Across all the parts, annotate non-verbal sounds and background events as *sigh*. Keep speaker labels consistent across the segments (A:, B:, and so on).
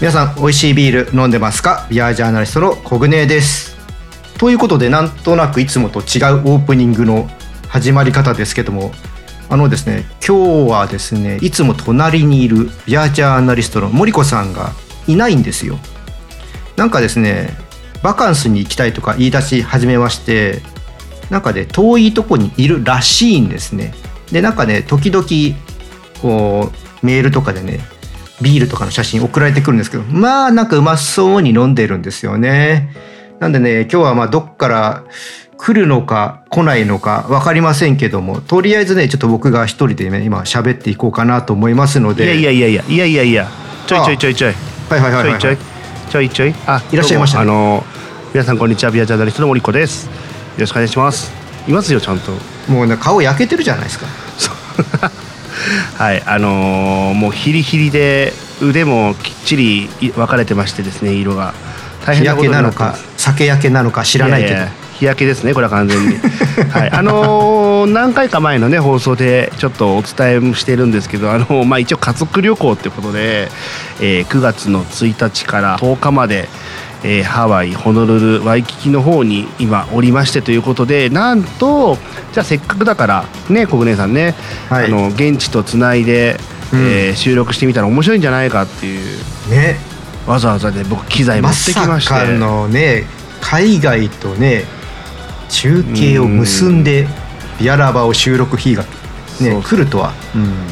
A: 皆さん美味しいビール飲んでますかビアージャーナリストのコグネですということでなんとなくいつもと違うオープニングの始まり方ですけどもあのですね今日はですねいつも隣にいるビアージャーナリストの森子さんがいないんですよなんかですねバカンスに行きたいとか言い出し始めましてなんかね遠いとこにいるらしいんですねでなんかね時々こうメールとかでねビールとかの写真送られてくるんですけどまあなんかうまそうに飲んでるんですよねなんでね今日はまあどっから来るのか来ないのか分かりませんけどもとりあえずねちょっと僕が一人でね今喋っていこうかなと思いますの
B: いや
A: で
B: いやいやいやいやいやいやちょいちょいちょいちょい
A: はいはいはいはい、
B: ちょいちょいちょいちょいあ
A: いらっしゃいましたね
B: どうもあの皆さんこんにちはビアジャーナリストの森子ですよろしくお願いしますいますよちゃんと *laughs*
A: もうね顔焼けてるじゃないですか
B: そうはいあのーもうヒリヒリで腕もきっちりい分かれてましてですね色が大
A: 日
B: 変な
A: 焼
B: こと
A: け
B: に
A: な
B: な
A: の
B: ってま
A: か
B: す
A: 酒焼けなのか知らないけど
B: やや日焼けですねこれは完
A: *laughs*
B: 全にはいあのー何回か前のね放送でちょっとお伝えしてるんですけどあのーまあ一応家族旅行ってことで、えー9月の1日から10日まで、えーハワイホノルルワイキキの方に今おりましてということでなんとじゃあせっかくだからね小暮さんね、
A: はい
B: あの現地とつないで、
A: うん
B: えー収録してみたら面白いんじゃないかっていう
A: ね
B: わざわざで僕機材持
A: ま
B: ってきま
A: さ
B: して、
A: かのね海外とね中継を結んでビアラバを収録日が
B: そ
A: ね
B: う
A: 来るとは、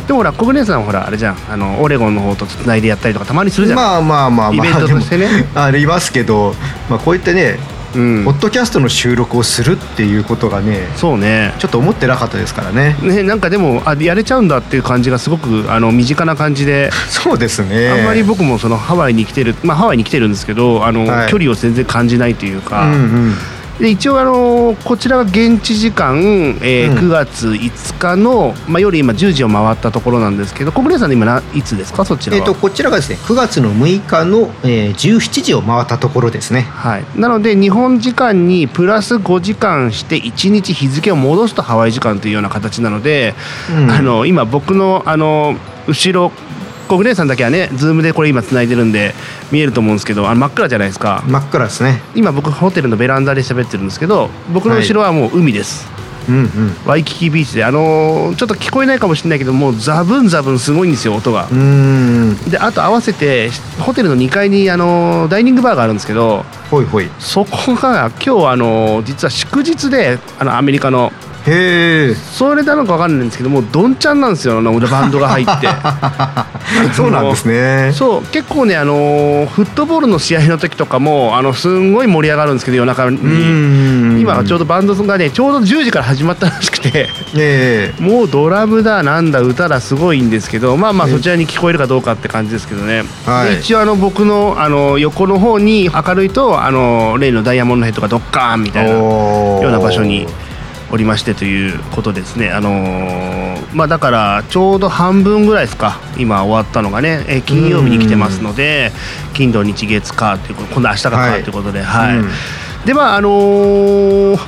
B: でもほら小暮さんはほらあれじゃんあのオレゴンの方とつないでやったりとかたまにするじゃん、
A: まあまあまあまあ
B: イベントとしてね
A: でもありますけど、まあ、こういったね、
B: うん
A: ポッドキャストの収録をするっていうことがね
B: そうね
A: ちょっと思ってなかったですからね
B: ねなんかでもあやれちゃうんだっていう感じがすごくあの身近な感じで、
A: そうですね
B: あんまり僕もそのハワイに来てるまあハワイに来てるんですけどあの、
A: はい
B: 距離を全然感じないというか、
A: うんうん
B: で一応あのこちらが現地時間、えー
A: うん
B: 9月5日の、まあ、夜今10時を回ったところなんですけど小暮さん今ないつですかそちら
A: え
B: は、
A: っとこちらがですね9月の6日の、えー17時を回ったところですね
B: はい、なので日本時間にプラス5時間して1日日付を戻すとハワイ時間というような形なので、
A: うん
B: あの今僕のあの後ろ小暮さんだけはねズームでこれ今つないでるんで見えると思うんですけどあの真っ暗じゃないですか
A: 真っ暗ですね
B: 今僕ホテルのベランダで喋ってるんですけど僕の後ろはもう海です、
A: うんうん
B: ワイキキビーチであのちょっと聞こえないかもしれないけどもうザブンザブンすごいんですよ音が
A: う、ーん
B: であと合わせてホテルの2階にあのダイニングバーがあるんですけど
A: ほいほいへ
B: そこが今日あの実は祝日であのアメリカの
A: え
B: それなのか分かんないんですけどもうどんちゃんなんですよあのバンドが入って
A: *laughs* そうなんですね
B: そう結構ねあのフットボールの試合の時とかもあのすんごい盛り上がるんですけど夜中
A: う
B: に
A: ん
B: 今ちょ
A: ど
B: うどバンドがねちょうど10時から始まったらしくて
A: ええ
B: もうドラムだなんだ歌だすごいんですけどまあまあ
A: ね
B: そちらに聞こえるかどうかって感じですけどね、
A: はい
B: で一応あの僕のあの横の方に明るいとあの例のダイヤモンドヘッドがドッカーンみたいな
A: おー
B: ような場所におりましてということですね、あのーまあ、だからちょうど半分ぐらいですか今終わったのがね、えー金曜日に来てますので金土日月火ということ今度明日が
A: は
B: 火
A: い
B: ということで、はい
A: うん
B: でまああのー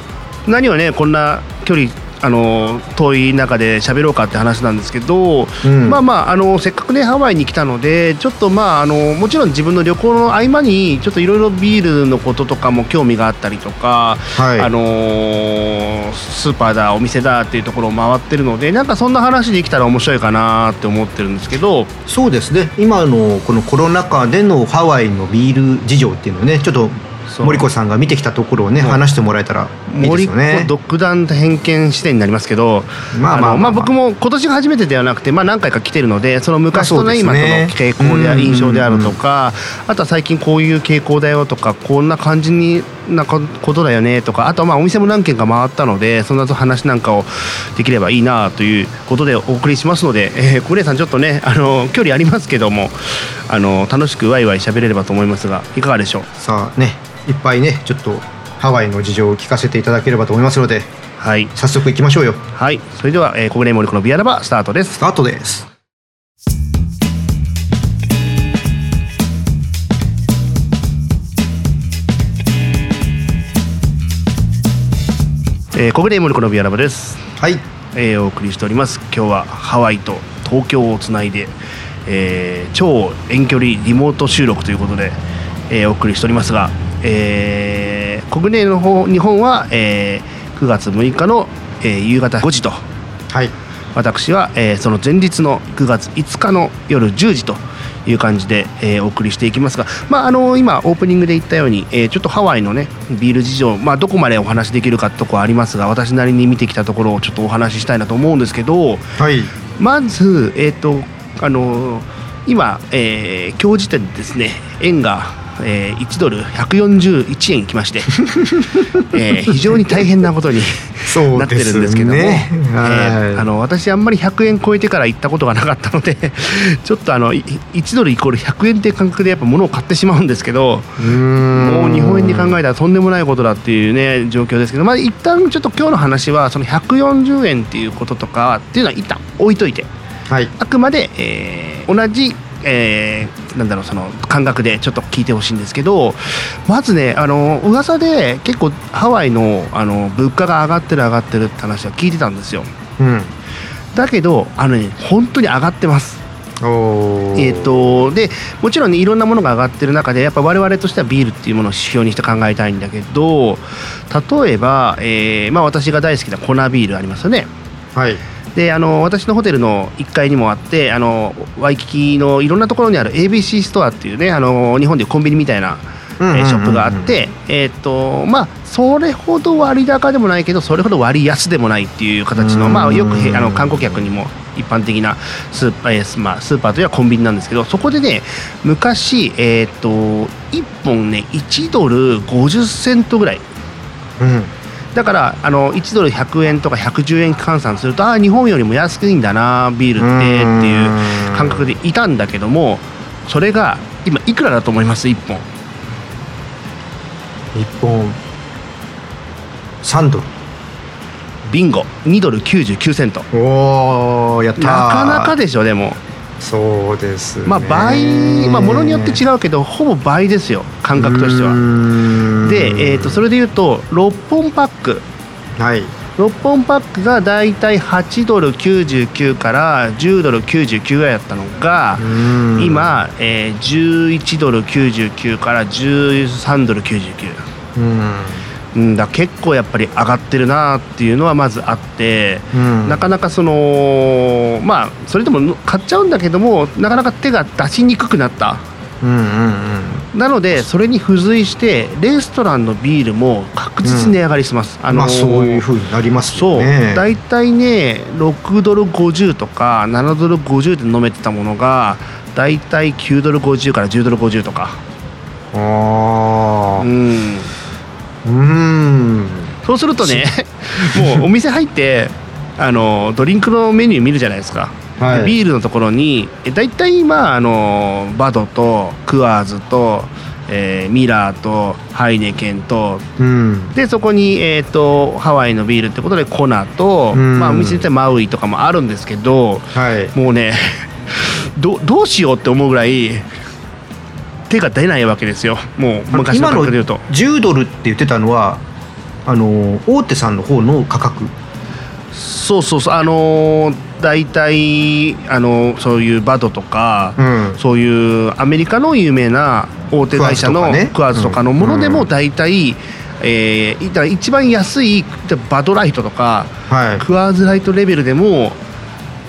B: 何をねこんな距離あのー遠い中で喋ろうかって話なんですけど、
A: うん
B: まあまあ、あのせっかくねハワイに来たのでちょっとまああのもちろん自分の旅行の合間にちょっといろいろビールのこととかも興味があったりとか、
A: はい
B: あのースーパーだお店だっていうところを回ってるのでなんかそんな話できたら面白いかなって思ってるんですけど
A: そうですね今のこのコロナ禍でのハワイのビール事情っていうのをねちょっと
B: そう
A: 森子さんが見てきたところをね
B: うん
A: 話してもらえたらいいです
B: 森
A: よ
B: 子
A: ね。
B: 独断と偏見視点になりますけど
A: まあまあまあ
B: のまあ僕も今年が初めてではなくて、まあ、何回か来てるのでその昔と
A: まあ
B: ね
A: そう
B: 今
A: で
B: と
A: す
B: の
A: ね
B: 傾向であ
A: うん
B: 印象であるとかあとは最近こういう傾向だよとかこんな感じになことだよねとかあとはまあお店も何軒か回ったのでそんな話なんかをできればいいなということでお送りしますので、えー、小暮さんちょっとねあの距離ありますけどもあの楽しくワイワイ喋れればと思いますがいかがでしょう
A: さあねいっぱいねちょっとハワイの事情を聞かせていただければと思いますので
B: はい、
A: 早速行きましょうよ。
B: はい、それでは、えー、小暮森子のビアラバスタートです
A: スタートです。
B: えー、小暮森子のビアラバです、
A: はい
B: えーお送りしております今日はハワイと東京をつないで、ええー超遠距離リモート収録ということで、えーお送りしておりますが、えー、国内の方日本は、えー9月6日の、えー夕方5時と
A: はい
B: 私は、えーその前日の9月5日の夜10時という感じで、えーお送りしていきますが、まあ、あの今オープニングで言ったように、えーちょっとハワイのねビール事情、まあ、どこまでお話しできるかってとこはありますが私なりに見てきたところをちょっとお話ししたいなと思うんですけど
A: はい
B: まず、えーとあのー今、えー今日時点でですね円が、えー1ドル141円きまして、 *laughs* えー非常に大変なことに。
A: そう
B: なって
A: で
B: る
A: す
B: んですけども、
A: ね
B: え
A: はい、
B: ーあの私あんまり100円超えてから行ったことがなかったので *laughs* ちょっとあのい1ドルイコール100円っていう感覚でやっぱ物を買ってしまうんですけど
A: うーん
B: もう日本円に考えたらとんでもないことだっていうね状況ですけどまあ一旦ちょっと今日の話はその140円っていうこととかっていうのは一旦置いといて
A: はい
B: あくまで、えー同じ、えーなんだろうその感覚でちょっと聞いてほしいんですけどまずねあの噂で結構ハワイのあの物価が上がってる上がってるって話は聞いてたんですよ
A: うん
B: だけどあの、ね、本当に上がってます
A: おー
B: えー、とでもちろん、ね、いろんなものが上がってる中でやっぱ我々としてはビールっていうものを指標にして考えたいんだけど例えば、えーまあ、私が大好きな粉ビールありますよね
A: はい
B: であの私のホテルの1階にもあってあのワイキキのいろんなところにある ABC ストアっていうねあの日本でいうコンビニみたいな、
A: うんうんうん
B: え
A: う
B: ー
A: ん
B: ショップがあって、えーっとまあ、それほど割高でもないけどそれほど割安でもないっていう形の、
A: うん
B: まあ、よくへあの観光客にも一般的なスーパー,、えーすまあ、スーパーというはコンビニなんですけどそこでね昔、えーっと1本ね1ドル50セントぐらい
A: うん
B: だからあの1ドル100円とか110円換算するとああ日本よりも安いんだなビールってっていう感覚でいたんだけどもそれが今いくらだと思います1本
A: 日本3ドル
B: ビンゴ2ドル99セント
A: おおやったー
B: なかなかでしょでも
A: そうですね
B: まあ倍まあものによって違うけどほぼ倍ですよ感覚としては
A: は
B: で、えー、とそれで言うと6本パック
A: はい
B: 6本パックがだいたい8ドル99から10ドル99ぐらいだったのが、今、えー、11ドル99から13ドル99、
A: うん
B: うん、だ結構やっぱり上がってるなっていうのはまずあって、
A: うん
B: なかなかそのまあそれでも買っちゃうんだけどもなかなか手が出しにくくなった
A: うんうんうん
B: なのでそれに付随してレストランのビールも確実に値上がりします、あの
A: ま
B: ー
A: あそういうふうになります
B: そ
A: よ
B: う
A: ね
B: 大体ね6ドル50とか7ドル50で飲めてたものが大体9ドル50から10ドル50とか
A: あ
B: う
A: ー
B: ん
A: うん
B: そうする
A: *laughs*
B: とねもうお店入ってあのドリンクのメニュー見るじゃないですか、
A: はい
B: でビールのところにえ大体まああのバドとクアーズと、えーミラーとハイネケンと
A: うん
B: でそこに、えー、とハワイのビールってことでコナと、
A: うん
B: まあ、お店でマウイとかもあるんですけど
A: はい
B: もうねどどうしようって思うぐらい手が出ないわけですよもう昔
A: 今
B: の感
A: の
B: 覚で言うと
A: 10ドルって言ってたのはあのー大手さんの方の価格
B: そうそうそうあのー大体あのーそういうバドとか、
A: ん
B: そういうアメリカの有名な大手会社の
A: クアーズとかね
B: クアーズとかのもので
A: う
B: も
A: ん
B: 大体、えー、だから一番安いバドライトとか
A: はい
B: クアーズライトレベルでも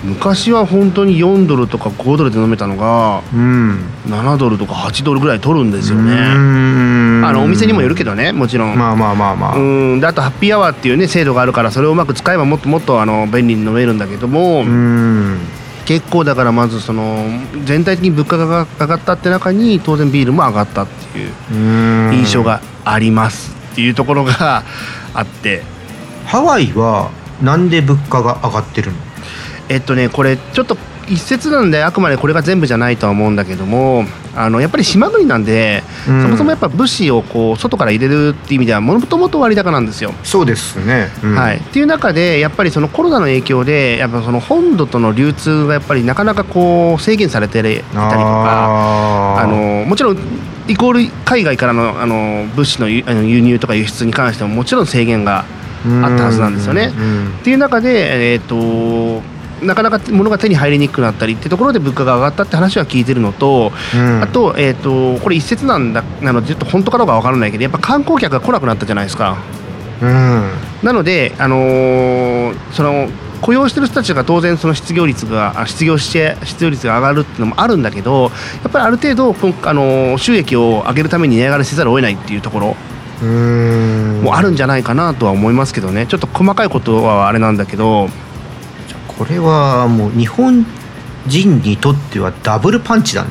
B: 昔は本当に4ドルとか5ドルで飲めたのが
A: うん
B: 7ドルとか8ドルぐらい取るんですよ
A: う
B: ね。
A: ん
B: あのお店にもよるけどねもちろん、
A: まあまあまあまあ
B: うんであとハッピーアワーっていうね制度があるからそれをうまく使えばもっともっとあの便利に飲めるんだけども、
A: うん
B: 結構だからまずその全体的に物価が上がったって中に当然ビールも上がったっていう
A: うん
B: 印象がありますっていうところがあって
A: ハワイはなんで物価が上がってるの
B: えっとねこれちょっと一説なんであくまでこれが全部じゃないとは思うんだけどもあのやっぱり島国なんで、
A: うん
B: そもそもやっぱ物資をこう外から入れるっていう意味ではもともと割高なんですよ。
A: そうですね、うん
B: はい、っていう中でやっぱりそのコロナの影響でやっぱその本土との流通がやっぱりなかなかこう制限されていたりとか
A: あー
B: あのもちろんイコール海外からのあの物資の輸あの輸入とか輸出に関してももちろん制限があったはずなんですよね。
A: うん
B: っていう中で、えー、となかなか物が手に入りにくくなったりってところで物価が上がったって話は聞いてるのと、
A: うん
B: あと,、えー、とこれ一説なんだなのでちょっと本当かどうかわからないけどやっぱ観光客が来なくなったじゃないですか。
A: うん
B: なので、あのーその雇用してる人たちが当然その失業率があ失業して失業率が上がるっていうのもあるんだけどやっぱりある程度、こんあのー収益を上げるために値上がりせざるを得ないっていうところ
A: うん
B: もあるんじ
A: ゃ
B: ゃないかなとは思いますけどねちょっと細かいことはあれなんだけど
A: これはもう日本人にとってはダブルパンチだね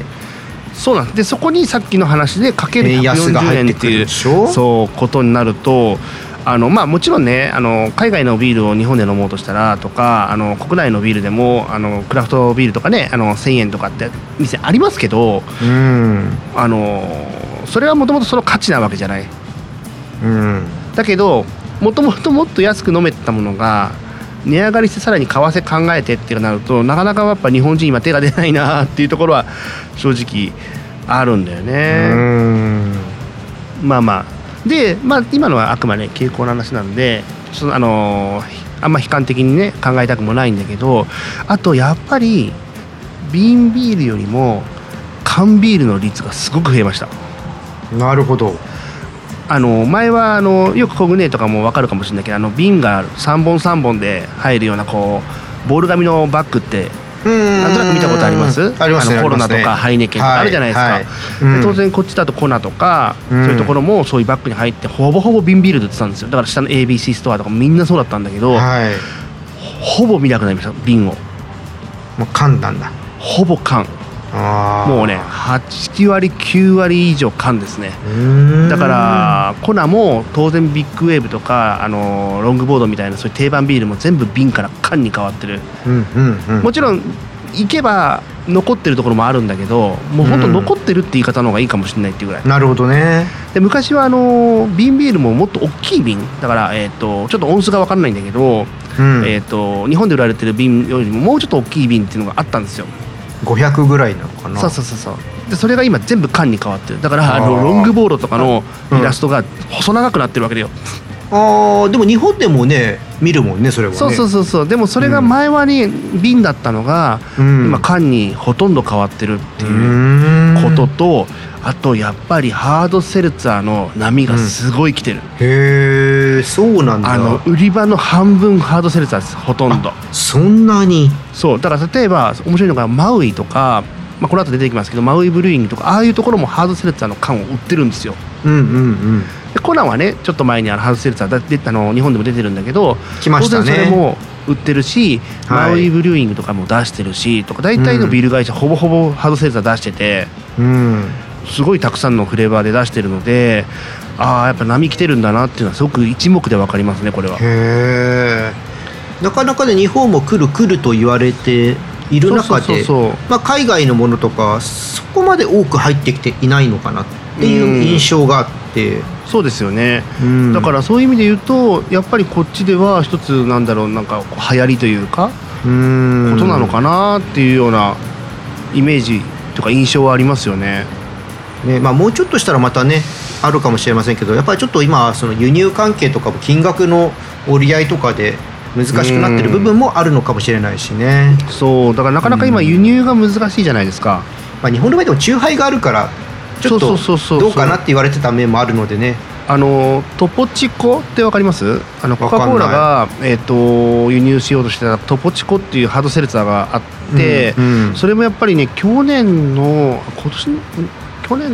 B: そうなんですでそこにさっきの話でかける
A: 円安が
B: 140
A: 入っ
B: 円
A: て
B: っ
A: く
B: て
A: る
B: い
A: で
B: う
A: しょ
B: そうことになるとあの、まあ、もちろんねあの海外のビールを日本で飲もうとしたらとかあの国内のビールでもあのクラフトビールとかねあの1000円とかって店ありますけど
A: うん
B: あのそれはもともとその価値なわけじゃない
A: うん
B: だけどもともともっと安く飲めてたものが値上がりしてさらに為替考えてってなるとなかなかやっぱ日本人今手が出ないなっていうところは正直あるんだよ
A: う
B: ね。
A: ん
B: まあまあで、まあ、今のはあくまで傾向の話なんでそのあのあんま悲観的にね考えたくもないんだけどあとやっぱり瓶ビールよりも缶ビールの率がすごく増えました
A: なるほど
B: あの前はあのよくコグネとかも分かるかもしれないけどあの瓶が3本3本で入るようなこうボール紙のバッグって
A: な
B: なんとなく見たことあります
A: ありますね
B: のコロナとかハイネケンとかあるじゃないですか、で当然こっちだとコナとか、
A: うん
B: そういうところもそういうバッグに入ってほぼほぼ瓶ビールで売ってたんですよだから下の ABC ストアとかみんなそうだったんだけど、
A: はい
B: ほぼ見なくなりました瓶を
A: もう缶なんだ
B: ほぼ缶
A: あー
B: もうね8割9割以上缶ですね
A: うーん
B: だからコナも当然ビッグウェーブとかあのロングボードみたいなそういう定番ビールも全部瓶から缶に変わってる
A: うんうんうん
B: もちろん行けば残ってるところもあるんだけどもうほんと残ってるって言い方の方がいいかもしれないっていうぐらい
A: なるほどね
B: で昔はあの瓶ビールももっと大きい瓶だから、えー、とちょっと音数が分かんないんだけど、
A: うん
B: えー、と日本で売られてる瓶よりももうちょっと大きい瓶っていうのがあったんですよ
A: 500ぐらいなのかな
B: そうそうそうそうでそれが今全部缶に変わってるだからあの
A: あー
B: ロングボードとかの
A: うん
B: イラストが細長くなってるわけだよ、
A: あーでも日本でもね見るもんねそれはね
B: そうそうそうそうでもそれが前はね瓶だったのが、
A: うん
B: 今缶にほとんど変わってるって
A: う
B: いう
A: ーん
B: ことと、あとやっぱりハードセルツァーの波がすごい来てる、
A: へえそうなんだ
B: あの売り場の半分ハードセルツァーですほとんど
A: そんなに
B: そうだから例えば面白いのがマウイとか、まあ、この後出てきますけどマウイブルーイングとかああいうところもハードセルツァーの缶を売ってるんですよ
A: うんうん
B: でコナンはねちょっと前にあのハードセルツァーだであの日本でも出てるんだけど
A: 来ましたね
B: 当然それも売ってるし、
A: はい
B: マウイブルーイングとかも出してるしとか大体のビール会社ほぼほぼハードセルツァー出してて
A: うんうん
B: すごいたくさんのフレーバーで出してるのでああやっぱ波来てるんだなっていうのはすごく一目で分かりますねこれは。
A: へえなかなかね日本も来る来ると言われている中で
B: そうそうそうそう
A: まあ、海外のものとかそこまで多く入ってきていないのかなっていう印象があって、
B: そうですよね
A: うん
B: だからそういう意味で言うとやっぱりこっちでは一つなんだろうなんかこう流行りというか
A: うん
B: ことなのかなっていうようなイメージとか印象はありますよね。
A: ねまあ、もうちょっとしたらまたねあるかもしれませんけどやっぱりちょっと今その輸入関係とかも金額の折り合いとかで難しくなってる部分もあるのかもしれないしね、
B: そうだからなかなか今輸入が難しいじゃないですか。
A: まあ、日本の場合でもチューハイがあるからちょっ
B: そ
A: と
B: うそうそうそう
A: どうかなって言われてた面もあるのでね
B: あのトポチコってわかります？あのコ
A: わかんな
B: カ
A: い
B: コーラがえっ、と輸入しようとしてたトポチコっていうハードセルツァーがあって、
A: うんうん
B: それもやっぱりね去年の今年のん去年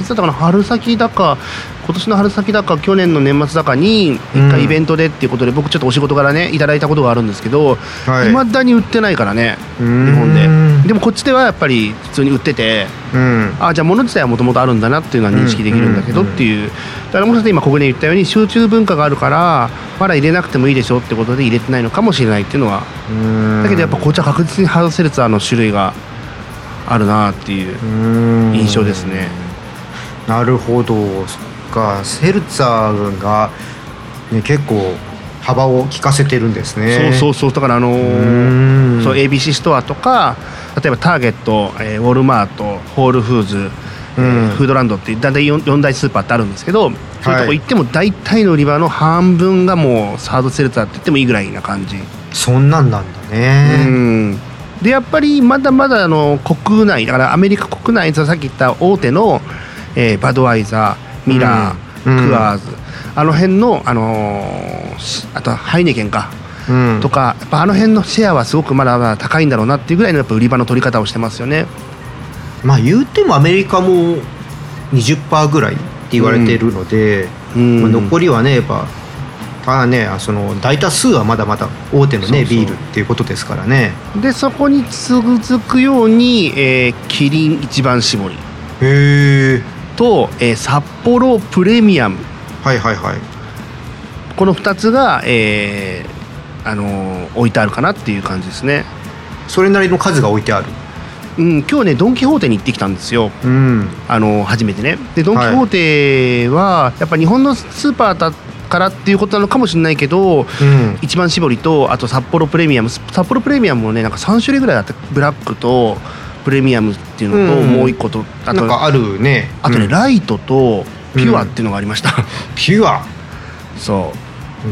B: いつだったかな春先だか今年の春先だか去年の年末だかに一
A: うん
B: 回イベントでっていうことで、僕ちょっとお仕事からねいただいたことがあるんですけど、
A: はい
B: いまだに売ってないからね
A: 日
B: 日本で
A: で
B: でもこっちではやっぱり普通に売ってて
A: うん
B: あじゃあ物自体はもともとあるんだなっていうのは認識できるんだけど
A: う
B: っ
A: んうんうん
B: ていうだからもしかして今ここで言ったように集中文化があるからまだ入れなくてもいいでしょってことで入れてないのかもしれないっていうのは
A: うん
B: だけどやっぱこっちは確実にハードセルツァーの種類があるなっていう
A: うん
B: 印象ですね
A: なるほどそっかセルツァーが、ね、結構幅を利かせてるんですね
B: そうそうそうだからあの
A: うん
B: ーそう ABC ストアとか例えばターゲット、えーウォルマートホールフーズ、えー
A: うん
B: フードランドってだいたい 4, 四大スーパーってあるんですけどそういうとこ行っても大体の売り場の半分がもうサードセルターって言ってもいいぐらいな感じ
A: そんなんなんだ
B: う
A: ね。
B: んでやっぱりまだまだあの国内だからアメリカ国内さっき言った大手の、えーバドワイザーミラ
A: う
B: ー、
A: ん
B: クアーズあの辺の、あのーしあとはハイネケンか
A: うん
B: とかやっぱあの辺のシェアはすごくまだまだ高いんだろうなっていうぐらいのやっぱ売り場の取り方をしてますよね。
A: まあ言うてもアメリカも20%ぐらいって言われているので、
B: うん
A: まあ残りはねやっぱただねあその大多数はまだまだ大手の
B: そう
A: ね
B: そう
A: ビールっていうことですからね。
B: でそこに続くように、えーキリン一番搾り
A: へえ。
B: と、えー札幌プレミアム
A: はいはいはい。
B: この2つが、えーあのー置いてあるかなっていう感じですね。
A: それなりの数が置いてある。
B: うん、今日ねドン・キホーテに行ってきたんですよ、
A: うん。
B: あのー初めてね。でドン・キホーテはやっぱ日本のスーパーだからっていうことなのかもしれないけど
A: うん。
B: 一番搾りとあと札幌プレミアムす札幌プレミアムもねなんか3種類ぐらいあってブラックとプレミアムっていうのと、
A: うん
B: もう1個とあ
A: な
B: と
A: んかあるね。
B: あとね、
A: うん
B: ライトとピュアっていうのがありました、
A: ピュア。
B: そ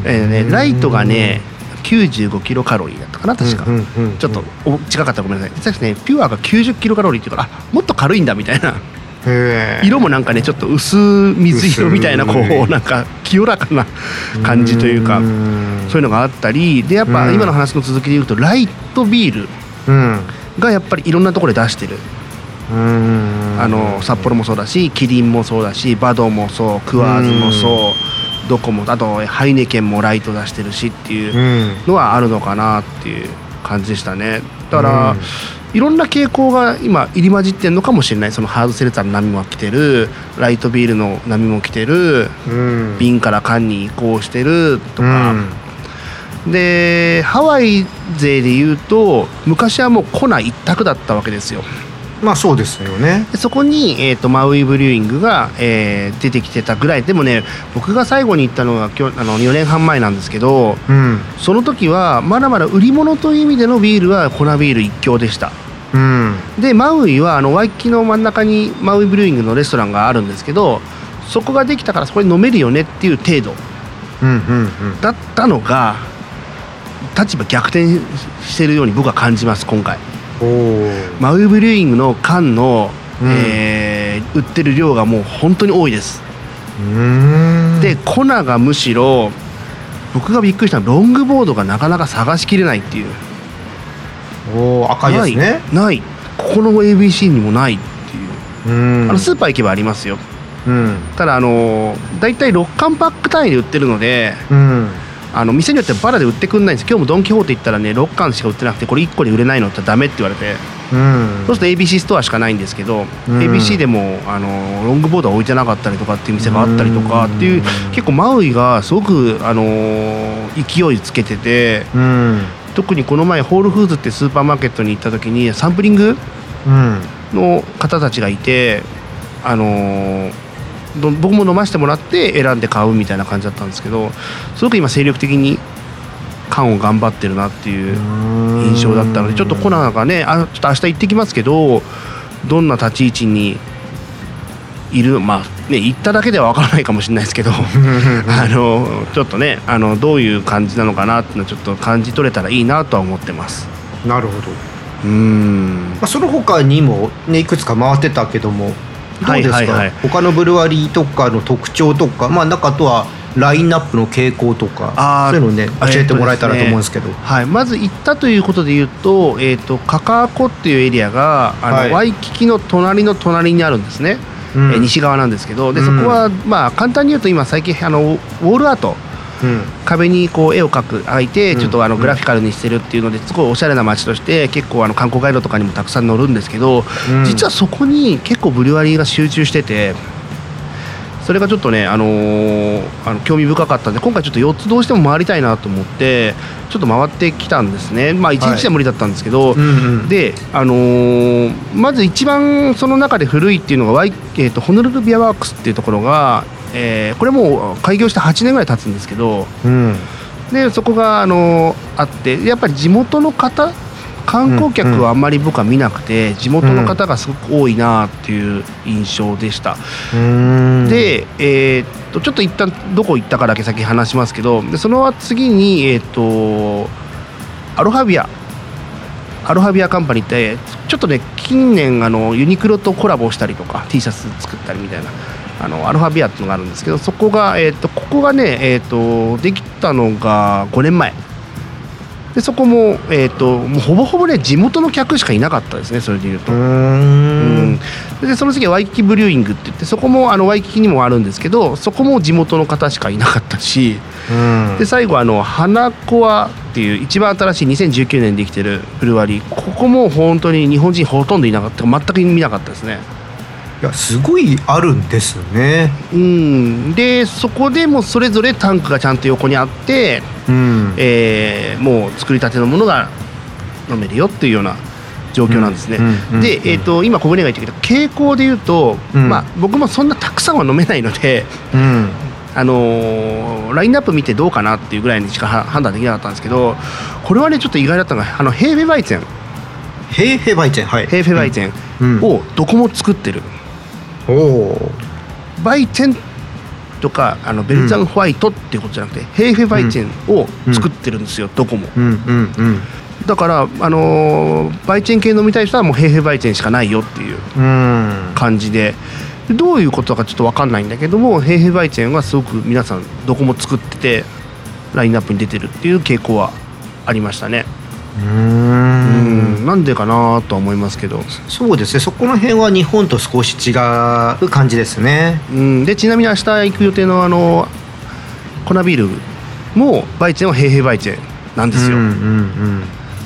B: う、えーね、ライトがね95キロカロリーだったかな
A: うん、
B: 確か、
A: うんうんうん
B: ちょっとお近かったらごめんなさい確かねピュアが90キロカロリーっていうからあもっと軽いんだみたいな
A: へー
B: 色もなんかねちょっと薄水色みたいなこ
A: 薄いう
B: なんか清らかな感じというか
A: ん
B: そういうのがあったりでやっぱ
A: うん
B: 今の話の続きで言うとライトビール
A: うん。
B: がやっぱりいろんなところで出してる
A: うん
B: あの札幌もそうだしキリンもそうだしバドもそうクアーズもそうドコモあとハイネケンもライト出してるしっていう
A: うん。
B: のはあるのかなっていう感じでしたねだから、
A: うん
B: いろんな傾向が今入り混じってるのかもしれないそのハードセルツァーの波も来てるライトビールの波も来てる
A: うん
B: 瓶から缶に移行してるとか、
A: うん
B: でハワイ勢で言うと昔はもう粉一択だったわけですよ
A: まあそうですよね。
B: でそこに、えー、とマウイブリューイングが、えー出てきてたぐらいでもね僕が最後に行ったのが今日あの4年半前なんですけど
A: うん。
B: その時はまだまだ売り物という意味でのビールは粉ビール一強でした
A: うん。
B: でマウイはあのワイキキの真ん中にマウイブリューイングのレストランがあるんですけどそこができたからそこに飲めるよねっていう程度
A: うんうんうん。
B: だったのが立場逆転してるように僕は感じます今回
A: おお。
B: マウイブリューイングの缶の、
A: うん
B: えー売ってる量がもう本当に多いです
A: うーん。
B: で、粉がむしろ僕がびっくりしたのはロングボードがなかなか探しきれないっていう
A: おお赤いですね。
B: ないないここの ABC にもないっていう、
A: うん
B: あのスーパー行けばありますよ
A: うん。
B: ただあの大体6缶パック単位で売ってるので
A: うん。
B: あの店によってはバラで売ってくんないんです今日もドン・キホーテ行ったらね6缶しか売ってなくてこれ1個で売れないのってダメって言われて
A: うん。
B: そうすると ABC ストアしかないんですけど、
A: うん
B: ABC でもあのロングボードは置いてなかったりとかっていう店があったりとかってい
A: うん
B: う結構マウイがすごくあの勢いつけてて
A: うん。
B: 特にこの前ホールフーズってスーパーマーケットに行った時にサンプリング
A: うん。
B: の方たちがいてあのーど僕も飲ませてもらって選んで買うみたいな感じだったんですけどすごく今精力的に缶を頑張ってるなっていう印象だったのでちょっとコナンがねあちょっと明日行ってきますけどどんな立ち位置にいるまあね行っただけでは分からないかもしれないですけどあのちょっとねあのどういう感じなのかなっていうのはちょっと感じ取れたらいいなとは思ってます。
A: *laughs* なるほど。ま
B: うん
A: あその他にもねいくつか回ってたけども。どうですか、
B: はいはいはい
A: 他のブルワリーとかの特徴とか、まあ、中とはラインナップの傾向とか
B: あー
A: そういうのをね
B: えーと
A: 教えてもらえたらと思うんですけど、
B: はい、まず行ったということで言うと,、えー、とカカアコっていうエリアがあの、
A: はい
B: ワイキキの隣の隣にあるんですね、
A: うん
B: えー西側なんですけどで
A: う
B: そ
A: ん
B: こは、まあ、簡単に言うと今最近あのウォールアート
A: うん
B: 壁にこう絵を描く描いて
A: うん
B: ちょっとあの
A: うん
B: グラフィカルにしてるっていうのですごいおしゃれな街として結構あの観光ガイドとかにもたくさん載るんですけど、
A: うん
B: 実はそこに結構ブリュワリーが集中しててそれがちょっとね、あのーあの興味深かったんで今回ちょっと4つどうしても回りたいなと思ってちょっと回ってきたんですねまあ1日じゃ無理だったんですけど、
A: うんうん、
B: で、あのーまず一番その中で古いっていうのがワイ、えー、とホノルルビアワークスっていうところが、えーこれもう開業して8年ぐらい経つんですけど
A: うん、
B: でそこが、あのーあってやっぱり地元の方観光客はあんまり僕は見なくて、地元の方がすごく多いなっていう印象でした、で、えーっとちょっと一旦どこ行ったかだけ先話しますけどでその次に、えーっとアロハビアアロハビアカンパニーってちょっとね近年あのユニクロとコラボしたりとか T シャツ作ったりみたいなあのアロハビアっていうのがあるんですけどそこが、えー、とここがね、えー、とできたのが5年前でそこも,、えー、ともうほぼほぼね地元の客しかいなかったですねそれでいうと
A: う。ーん
B: うん、でその次はワイキキブリューイングって言ってそこもあのワイキキにもあるんですけどそこも地元の方しかいなかったし
A: うん
B: で最後あの花コアっていう一番新しい2019年できてるブルワリーここも本当に日本人ほとんどいなかった全く見なかったですね
A: いやすごいあるんですね。
B: うんでそこでもそれぞれタンクがちゃんと横にあって、
A: うん
B: えーもう作りたてのものが飲めるよっていうような状況なんですね、
A: うんうんうん
B: で、えー、と今小舟が言ってきた傾向で言うと、
A: うん
B: まあ、僕もそんなたくさんは飲めないので、 *laughs*
A: うん
B: あのーラインナップ見てどうかなっていうぐらいにしかは判断できなかったんですけどこれはねちょっと意外だったのがあのヘーフェバイゼン
A: ヘーフェバイチェンはい。
B: ヘーフェバイゼン
A: うん
B: をどこも作ってる、
A: おお
B: バイゼンとかあのベルザンホワイトっていうことじゃなくて、ヘーフェバイゼンを作ってるんですよ、どこも
A: うんうんうん
B: だから、あのーバイゼン系飲みたい人はもうヘーフェバイゼンしかないよっていう
A: うん
B: 感じでどういうことかちょっと分かんないんだけどもヘーフェバイチェンはすごく皆さんどこも作っててラインナップに出てるっていう傾向はありましたね
A: う
B: うんんなんでかなとは思いますけど、
A: そうですねそこの辺は日本と少し違う感じですね。
B: うん、でちなみに明日行く予定のあのコナビールもバイチェンはヘーヘーバイチェンなんですよ、
A: うんうんうん
B: うん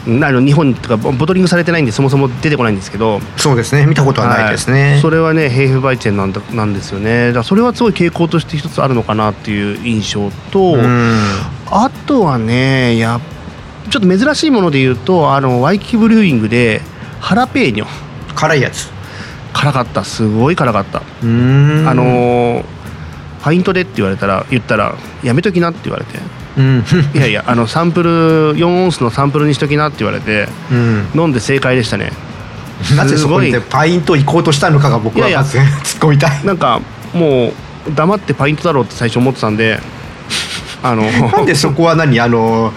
B: あの日本とかボボトリングされてないんでそもそも出てこないんですけど
A: そうですね見たことはないですね。
B: はいそれはねヘーフバイチェンなんだなんですよねだからそれはすごい傾向として一つあるのかなっていう印象
A: う
B: と、
A: ん
B: あとはねやちょっと珍しいもので言うとあのワイキキブリューイングでハラペーニョ
A: 辛いやつ。
B: 辛かったすごい辛かった、
A: うん
B: あのーファイントでって言われたら言ったらやめときなって言われて
A: うん
B: いやいやあのサンプル4オンスのサンプルにしときなって言われて
A: うん
B: 飲んで正解でしたね
A: なぜそこに
B: す
A: ね
B: ご
A: パインと行こうとしたのかが僕はい
B: やいや
A: まず突っ込みたい。
B: なんかもう黙ってパイントだろうって最初思ってたんであ
A: *laughs*
B: の
A: *laughs* なんでそこは何あの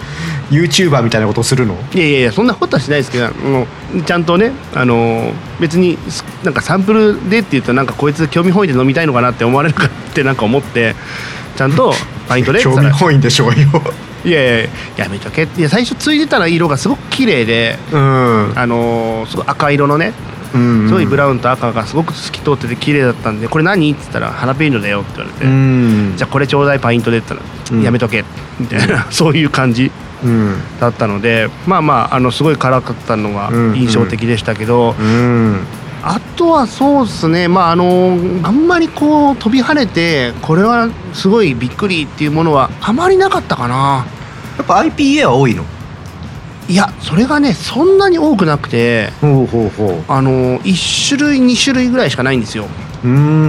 A: YouTuber みたいなことをするの
B: いやいやいやそんなことはしないですけどあのちゃんとねあの別にすなんかサンプルでって言うとなんかこいつ興味本位で飲みたいのかなって思われるかってなんか思ってちゃんとパイントでって言
A: 興
B: った
A: 味
B: ら
A: 本位でしょうよ。
B: いやいややめとけっていや最初ついてたら色がすごく綺麗で
A: うん
B: あのすごい赤色のね
A: うん
B: すごいブラウンと赤がすごく透き通ってて綺麗だったんで「これ何?」って言ったら「ハラペーニョだよ」って言われて
A: う
B: 「
A: ん
B: じゃあこれちょうだいパイントで」って言った
A: う
B: ら
A: ん
B: 「やめとけ」みたいな、そういう感じ
A: うん
B: だったのでまあまああのすごい辛かったのが
A: うん
B: 印象的でしたけど、
A: うん
B: あとはそうですねまああのあんまりこう飛び跳ねてこれはすごいびっくりっていうものはあまりなかったかな
A: やっぱ IPA は多いの
B: いやそれがねそんなに多くなくて
A: ほうほうほ
B: あの1種類2種類ぐらいしかないんですよ
A: ううん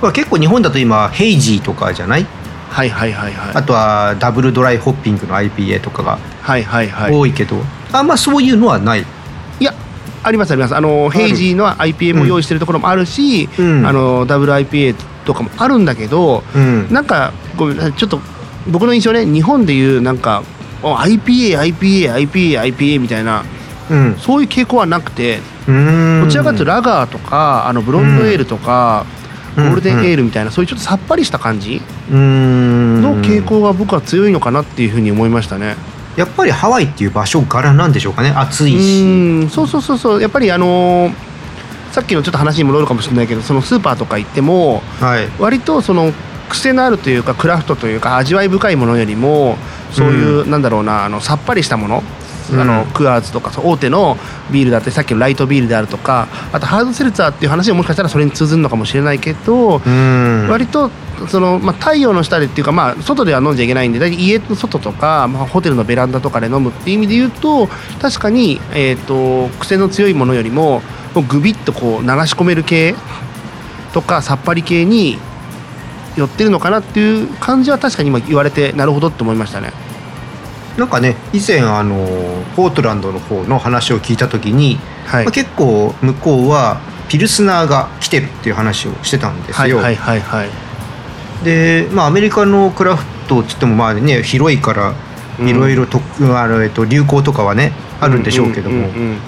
A: まあ結構日本だと今ヘイジーとかじゃない
B: はいはいはいはい
A: あとはダブルドライホッピングの IPA とかが
B: はいはいはい
A: 多いけど、あんまそういうのはない
B: いやありますありますあのヘイジーの IPA も用意してるところもあるし、
A: うん
B: あのダブル IPA とかもあるんだけど、
A: うん
B: なんかごめんちょっと僕の印象ね日本でいうなんか IPAIPAIPAIPA みたいな
A: うん
B: そういう傾向はなくて
A: うん
B: どちらかというとラガーとかあのブロンドエールとか、
A: うん
B: ゴールデンエールみたいなそういうちょっとさっぱりした感じ
A: うん
B: の傾向が僕は強いのかなっていうふうに思いましたね。
A: やっぱりハワイっていう場所柄なんでしょうかね暑いし
B: うんそうそうそうそうやっぱりあのーさっきのちょっと話に戻るかもしれないけどそのスーパーとか行っても
A: はい
B: 割とその癖のあるというかクラフトというか味わい深いものよりもそういう、なんだろうなあのさっぱりしたもの、
A: うん
B: あのクアーズとかそう大手のビールだってさっきのライトビールであるとかあとハードセルツァーっていう話ももしかしたらそれに通ずるのかもしれないけど、
A: うん
B: 割とその、まあ、太陽の下でっていうか、まあ、外では飲んじゃいけないんで大体家の外とか、まあ、ホテルのベランダとかで飲むっていう意味で言うと確かに、えー、と癖の強いものよりももうグビッとこう流し込める系とかさっぱり系に寄ってるのかなっていう感じは確かに今言われてなるほどって思いましたね。
A: なんかね以前あのポートランドの方の話を聞いた時に、
B: はい
A: まあ、結構向こうはピルスナーが来てるっていう話をしてたんです
B: はい
A: よ。
B: はいはいはい。
A: で、まあ、アメリカのクラフトっつってもまあね広いから、
B: うん
A: いろいろとあの、えっと、流行とかはねあるんでしょうけども、
B: うんうんうん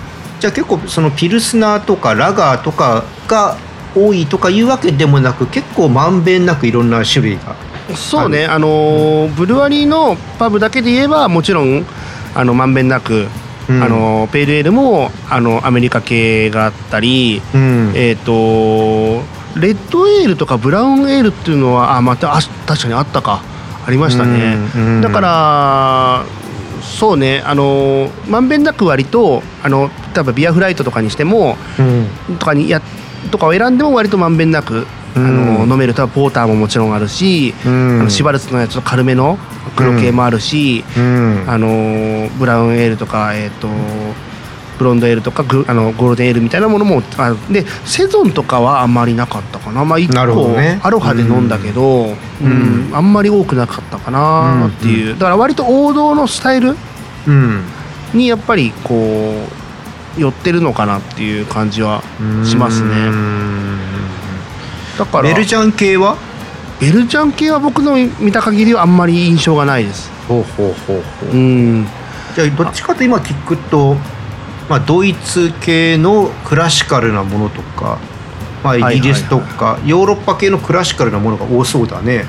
A: じゃあ結構そのピルスナーとかラガーとかが多いとかいうわけでもなく結構まんべんなくいろんな種類が
B: うんそうね、あのーブルワリーのパブだけで言えばもちろんあのまんべんなく、
A: うん
B: あのペールエールもあのアメリカ系があったり、
A: うん
B: えっ、とレッドエールとかブラウンエールっていうのはあまたあ確かにあったかありましたね、
A: うんうん
B: だからそうねあのまんべんなく割とあの例えばビアフライトとかにしても
A: うん
B: とかにやとかを選んでも割とまんべんなく、
A: う
B: あ
A: ん
B: の飲めるとはポーターももちろんあるし、
A: うん
B: あのシバルツのやつと軽めの黒系もあるし、
A: うん
B: あのブラウンエールとか、えー、とブロンドエールとかグあのゴールデンエールみたいなものもあるでセゾンとかはあんまりなかったかな、まあ、1
A: なるほ
B: 個
A: どね
B: アロハで飲んだけ
A: う
B: ど、
A: ん
B: うんあんまり多くなかったかなっていう、だから割と王道のスタイル
A: うん
B: にやっぱりこう寄ってるのかなっていう感じはします
A: う
B: ね。
A: ん
B: だから
A: ベルジャン系は
B: ベルジャン系は僕の見た限りはあんまり印象がないです。
A: ほうほうほうほ
B: うん
A: じゃあどっちかと今聞くと、まあ、ドイツ系のクラシカルなものとか、まあ、イギリスとか、ヨーロッパ系のクラシカルなものが多そうだね。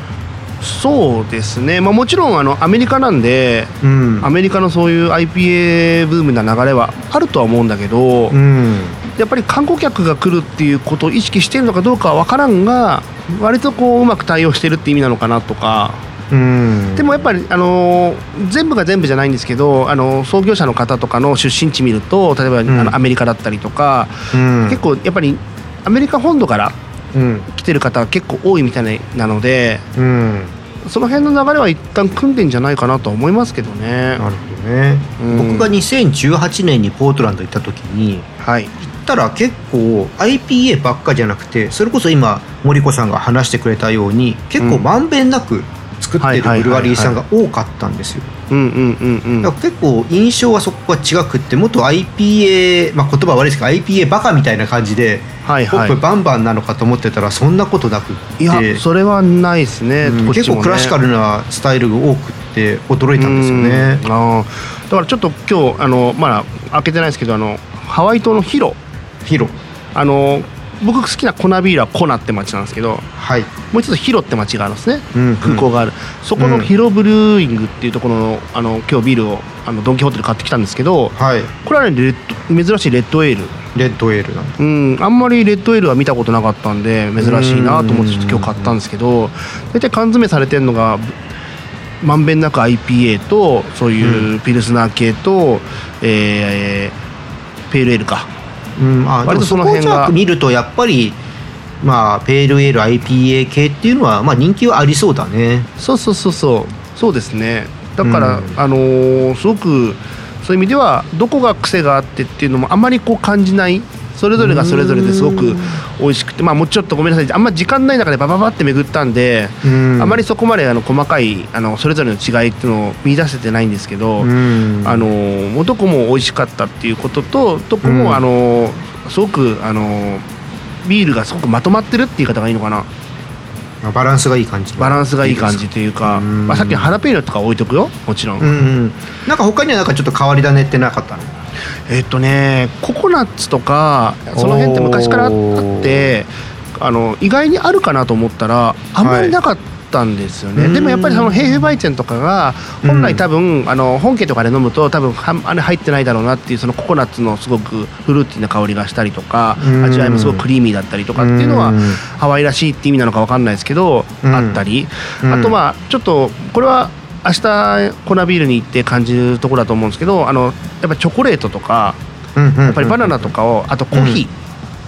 B: そうですね、まあ、もちろんあのアメリカなんで
A: うん
B: アメリカのそういう IPA ブームな流れはあるとは思うんだけど、
A: うん
B: やっぱり観光客が来るっていうことを意識してるのかどうかは分からんが割とこううまく対応してるって意味なのかなとか
A: うん、
B: でもやっぱり、あのー全部が全部じゃないんですけど、あのー創業者の方とかの出身地見ると例えば、
A: ん
B: あのアメリカだったりとか、
A: うん、
B: 結構やっぱりアメリカ本土から
A: うん
B: 来てる方は結構多いみたいなので
A: うん、
B: その辺の流れは一旦組んでんじゃないかなとは思いますけど
A: な
B: ね。
A: るほどね、
B: うん
A: 僕が2018年にポートランド行った時に
B: はい、
A: 行ったら結構 IPA ばっかじゃなくてそれこそ今森子さんが話してくれたように結構まんべんなく作ってるブルワリーさんが多かったんですよ。
B: うんうんうんう
A: だ
B: ん
A: から結構印象はそこが違くってもっと IPA、まあ、言葉は悪いですけど IPA バカみたいな感じで
B: はい
A: ポ
B: は
A: ッ
B: い
A: プバンバンなのかと思ってたらそんなことなくって
B: いやそれはないですね,、
A: うん
B: こっち
A: 結
B: もね
A: 構クラシカルなスタイルが多くって驚いたんですよね
B: う。んあーだからちょっと今日あのまだ開けてないですけどあのハワイ島のヒロ
A: ヒロ
B: あの僕好きなコナビールはコナって町なんですけど
A: はい、
B: もう一つヒロって町があるんですね、
A: うんうん
B: 空港があるそこ
A: うん
B: のヒロブルーイングっていうところのあの今日ビールをあのドン・キホーテで買ってきたんですけど
A: はい、
B: これはねレッド珍しいレッドエール
A: レッドエールなんだ
B: うん、あんまりレッドエールは見たことなかったんで珍しいなと思ってちょっと今日買ったんですけど大体缶詰されてるのがまんべんなく IPA とそういうピルスナー系と、えーペールエールか
A: うん、あでも
B: 割と
A: そ
B: そ
A: の
B: の
A: 辺
B: 辺が
A: が見るとやっぱりまあペールエール IPA 系っていうのは、まあ、人気はありそうだね。
B: そうそうそうそうそうですねだから、
A: うん
B: あのーすごくそういう意味ではどこが癖があってっていうのもあまりこう感じないそれぞれがそれぞれですご
A: う
B: く
A: ん
B: 美味しくてまあもうちょっとごめんなさいあんま時間ない中でバババって巡ったんで、
A: うん
B: あまりそこまであの細かいあのそれぞれの違いっていうのを見出せてないんですけど、
A: うん
B: あのもうどこも美味しかったっていうこととどこ
A: うん
B: もあのすごくあのビールがすごくまとまってるっていう言い方がいいのかな
A: バランスがいい感じ
B: バランスがいい感じというか
A: うん
B: まあ、さっきのハラペーニョとか置いとくよもちろん、
A: うんうん、なんか他にはなんかちょっと変わり種ってなかったの
B: えっとねココナッツとかその辺って昔からあ
A: おー
B: ってあの意外にあるかなと思ったらあんまりなかったんですよね、
A: はい
B: でもやっぱりそのヘーフェバイチェンとかが
A: うん
B: 本来多分、あの本家とかで飲むと多分はあれ入ってないだろうなっていうそのココナッツのすごくフルーティーな香りがしたりとか、
A: うん
B: 味わいもすごくクリーミーだったりとかっていうのは、
A: うん
B: ハワイらしいって意味なのかわかんないですけど、
A: うん
B: あったり、
A: うん
B: あとまあちょっとこれは明日粉ビールに行って感じるところだと思うんですけどあのやっぱチョコレートとか
A: や
B: やっぱりバナナとかをあとコーヒ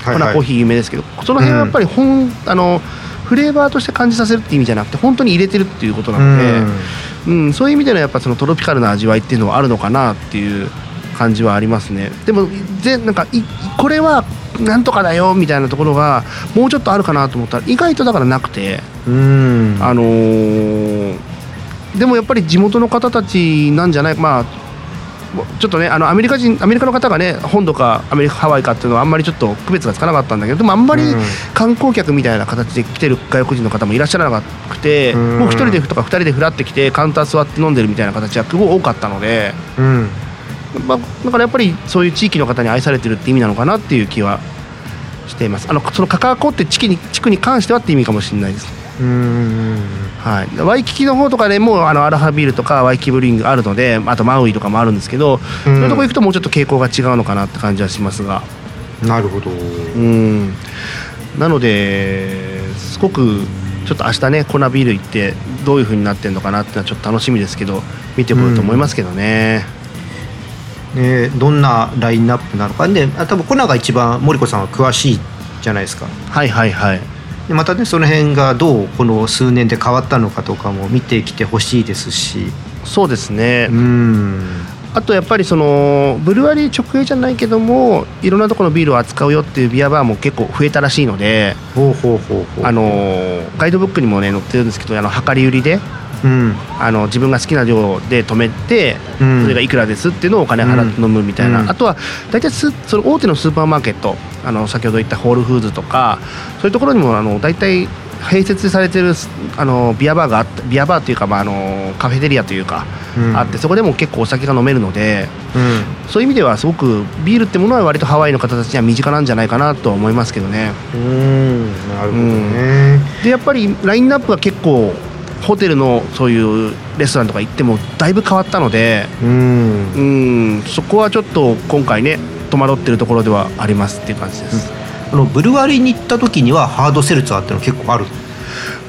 B: ー、粉コーヒー有名ですけどその辺はやっぱりほん、あのフレーバーとして感じさせるって意味じゃなくて本当に入れてるっていうことなので、うんそういう意味でのやっぱそのトロピカルな味わいっていうのはあるのかなっていう感じはありますねでもぜなんかいこれはなんとかだよみたいなところがもうちょっとあるかなと思ったら意外とだからなくて。
A: うんうん
B: あのーでもやっぱり地元の方たちなんじゃないまあちょっとねあのアメリカ人アメリカの方がね本土かアメリカハワイかっていうのはあんまりちょっと区別がつかなかったんだけどでもあんまり
A: うん
B: 観光客みたいな形で来てる外国人の方もいらっしゃらなくて、
A: うん
B: もう一人でとか二人でふらってきてカウンター座って飲んでるみたいな形が結構多かったので、
A: うん
B: まあ、だからやっぱりそういう地域の方に愛されてるって意味なのかなっていう気はしていますあのそのカカアコって地域に地区に関してはって意味かもしれないです
A: うん
B: はい、ワイキキの方とかでもあのアラハビールとかワイキブリングあるのであとマウイとかもあるんですけど、そういうとこ行くともうちょっと傾向が違うのかなって感じはしますが
A: なるほど
B: うんなのですごくちょっと明日ねコナビール行ってどういう風になってるのかなってのはちょっと楽しみですけど見てこようと思いますけどね、
A: ねどんなラインナップなのかであ多分コナが一番森子さんは詳しいじゃないですか
B: はいはいはい
A: でまたねその辺がどうこの数年で変わったのかとかも見てきてほしいですし
B: そうですね、
A: うん
B: あとやっぱりそのブルワリー直営じゃないけどもいろんなところのビールを扱うよっていうビアバーも結構増えたらしいので
A: ほうほうほうほう
B: あのーガイドブックにもね載ってるんですけどあの量り売りで
A: うん
B: あの自分が好きな量で止めて、
A: うん
B: それがいくらですっていうのをお金払って飲むみたいな、
A: うん
B: あとは大体スその大手のスーパーマーケットあの先ほど言ったホールフーズとかそういうところにもあの大体併設されてるすあのビアバーがあってビアバーというか、まあ、あのカフェテリアというか、
A: うん
B: あってそこでも結構お酒が飲めるので
A: うん
B: そういう意味ではすごくビールってものは割とハワイの方たちには身近なんじゃないかなとは思いますけどね。
A: うんなるほど
B: ど
A: ね、
B: でやっぱりラインナップが結構ホテルのそういうレストランとか行ってもだいぶ変わったので
A: うん
B: うんそこはちょっと今回ね戸惑ってるところではありますっていう感じです、
A: あのブルワリーに行った時にはハードセルツァーっての結構ある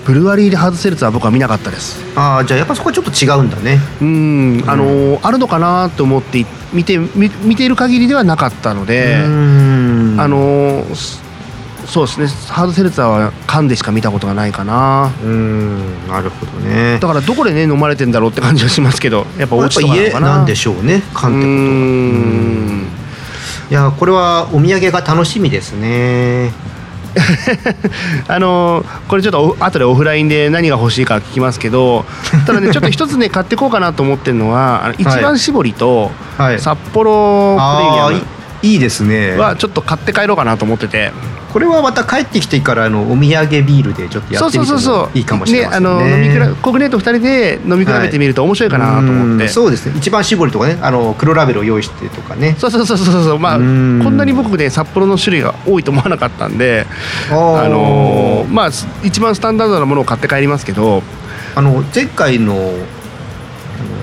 B: ブルワリーでハードセルツは僕は見なかったです
A: ああじゃあやっぱそこはちょっと違うんだね
B: うんあのーあるのかなと思って見てみ見ている限りではなかったので、
A: うん
B: あのーすそうですねハードセルツァーは缶でしか見たことがないかな
A: うんなるほどね
B: だからどこでね飲まれてんだろうって感じはしますけどやっぱお
A: やっ
B: 家
A: ぱ
B: とかなの
A: 家
B: かな
A: なんでしょうね缶ってことは
B: うん
A: いやこれはお土産が楽しみですね
B: あのーこれちょっとお後でオフラインで何が欲しいか聞きますけどただねちょっと一つね買ってこうかなと思ってるのはあの一番搾りと
A: は
B: 札幌
A: あ
B: プレミ
A: ーいいいです
B: ア
A: ね
B: ムはちょっと買って帰ろうかなと思ってて
A: これはまた帰ってきてからあのお土産ビールでちょっとや
B: そう
A: って
B: そう
A: みて
B: そうそ
A: も
B: う
A: いいかもしれませんね
B: あの飲み比べコグネート2人で飲み比べてみると面白いかなと思って、
A: うんそうですね一番搾りとかねあの黒ラベルを用意してとかね
B: そうそうそうそうそうまあ
A: う
B: こ
A: ん
B: んなに僕ね札幌の種類が多いと思わなかったんであのーまあす一番スタンダードなものを買って帰りますけど
A: あの前回のあ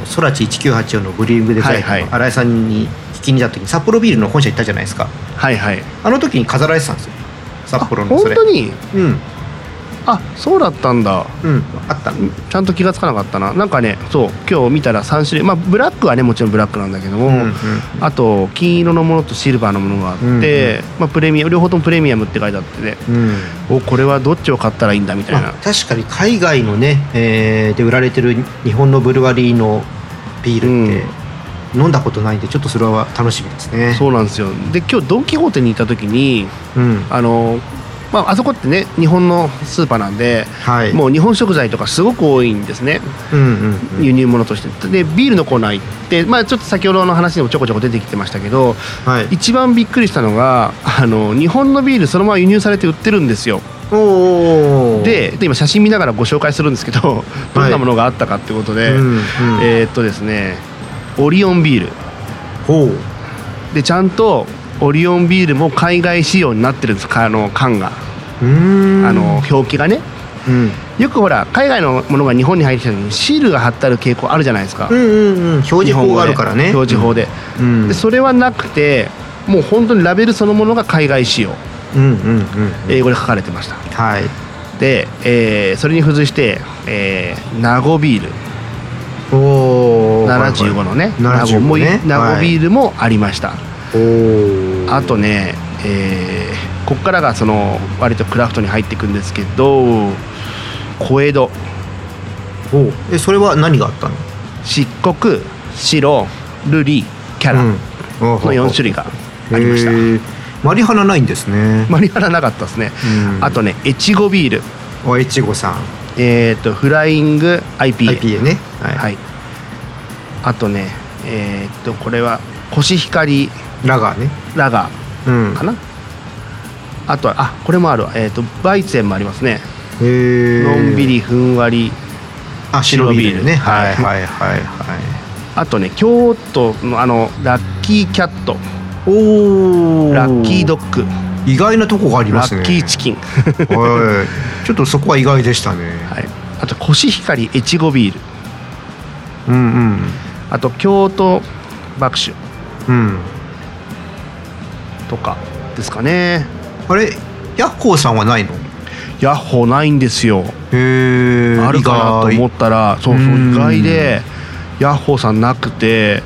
A: のソラチ1984のブリーイングデザイン
B: はいはい
A: の新井さんに聞きに行った時に札幌ビールの本社行ったじゃないですか
B: はいはい
A: あの時に飾られてたんですよ札幌
B: あ
A: のそ
B: 本
A: れ
B: 当に
A: うん
B: あそうだったんだ
A: うんあった
B: ちゃんと気がつかなかったななんかねそう今日見たら3種類まあブラックはねもちろんブラックなんだけども、
A: うんうん
B: あと金色のものとシルバーのものがあって、
A: うんうん
B: まあ、プレミア両方ともプレミアムって書いてあってね
A: うん
B: おこれはどっちを買ったらいいんだみたい
A: ま
B: な
A: あ、確かに海外のね、えーで売られてる日本のブルワリーのビールって、飲んだことないんでちょっとそれは楽しみですね
B: そうなんですよで今日ドン・キホーテに行った時に
A: うん
B: あの、まあ、あそこってね日本のスーパーなんで、
A: はい
B: もう日本食材とかすごく多いんですね
A: う、うんうんうん
B: 輸入物としてでビールのコーナー行って、まあ、ちょっと先ほどの話にもちょこちょこ出てきてましたけど
A: はい、
B: 一番びっくりしたのがあの日本のビールそのまま輸入されて売ってるんですよ
A: おー
B: でで今写真見ながらご紹介するんですけどどんなものがあったかってことで、
A: うんうん
B: えーっとですねオリオンビール
A: ほう
B: でちゃんとオリオンビールも海外仕様になってるんですかあの缶が、
A: うーん
B: あの表記がね
A: うん
B: よくほら海外のものが日本に入ってきた時にシールが貼ってある傾向あるじゃないですか、
A: うんうんうん表示法があるからね
B: 日本語で表示法で,、
A: うん
B: でそれはなくてもう本当にラベルそのものが海外仕様
A: うんうんうん
B: 英語で書かれてました
A: はい
B: で、えーそれに付随して、えー名護ビール
A: おお
B: 75のね
A: 75
B: 名護も
A: ね
B: 名護ビールもありました、
A: お
B: あとね、えーこっからがその割とクラフトに入っていくんですけど小江戸
A: おうえそれは何があったの
B: 漆黒白瑠璃キャラの
A: の
B: 4種類がありました、
A: マリハナないんですね、
B: マリハラなかったですね、
A: うん
B: あとね越後ビール
A: おいちごさん
B: えっ、とフライング IPA,
A: IPA ねは
B: はいあとねえーっとこれはコシヒカリ
A: ラガーね。
B: ラガ
A: うん
B: ーか。な、あとはあこれもあるわ、えーっとバイツェンもありますね
A: へえ。
B: のんび。りふんわり
A: あ、白ビールね。
B: 白ビール
A: はいはいはいはい。
B: あとね京都のあのラッキーキャット
A: おお。
B: ラッキード。ッグ
A: 意外なとこがありま
B: ラ
A: すね。
B: ッキー
A: *laughs*
B: チキン、
A: はい。ちょっとそこは意外でしたね。
B: はい、あとコシヒカリエチゴビール
A: うん
B: あと京都爆酒
A: うん。うん。
B: とかですかね
A: あれ、ヤッホーさんはないの。
B: ヤッホーないんですよ
A: へえ。
B: あるかなと思
A: っ
B: ったらそうそう
A: うん
B: 意外でヤッホーさんなくて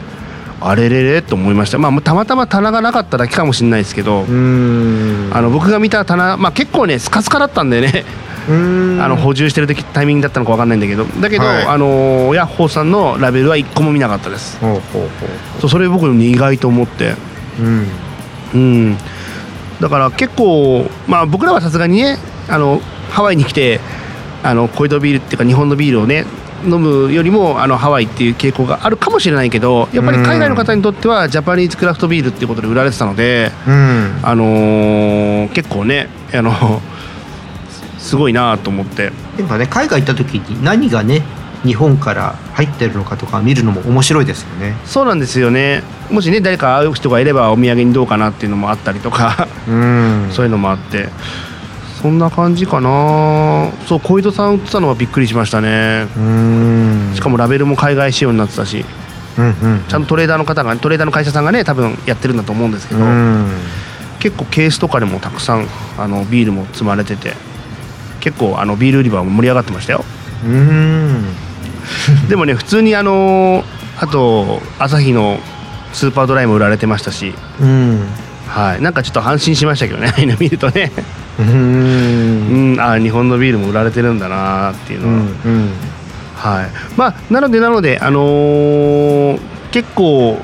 B: あれれれと思いましたまあたまたま棚がなかっただけかもしれないですけど、
A: うーん。
B: あの僕が見た棚、まあ、結構ねスカスカだったんでね、
A: うーん。
B: あの補充してる時タイミングだったのかわかんないんだけどだけど、
A: はい
B: あのーヤッホーさんのラベルは1個も見なかったです
A: ほうほうほ
B: そうそれ僕に意外と思って
A: う。うん。
B: うんだから結構まあ僕らはさすがにねあのハワイに来てあの小江戸ビールっていうか日本のビールをね飲むよりもあのハワイっていう傾向があるかもしれないけどやっぱり海外の方にとってはジャパニーズクラフトビールっていうことで売られてたので、
A: うん。
B: あのー結構ねあのすごいなと思って
A: やっぱね海外行った時に何がね日本から入ってるのかとか見るのも面白いですよね。
B: そうなんですよねもしね誰か会う人がいればお土産にどうかなっていうのもあったりとか
A: うん
B: そういうのもあってそんな感じかなそう小井戸さん売ってたのはびっくりしましたね
A: うん。
B: しかもラベルも海外仕様になってたし
A: うんうん。
B: ちゃんとトレーダーの方がトレーダーの会社さんがね多分やってるんだと思うんですけ
A: う
B: ど、
A: ん。
B: 結構ケースとかでもたくさんあのビールも積まれてて結構あのビール売り場も盛り上がってましたよ
A: うん。
B: でもね普通にあのあと朝日のスーパードライも売られてましたし
A: うん。
B: はい、なんかちょっと安心しましたけどね、ああいうの見るとね、
A: うん
B: うん、あ日本のビールも売られてるんだなってい
A: う
B: うのは、
A: んうん
B: はいまあ、なので、なので、あのー結構、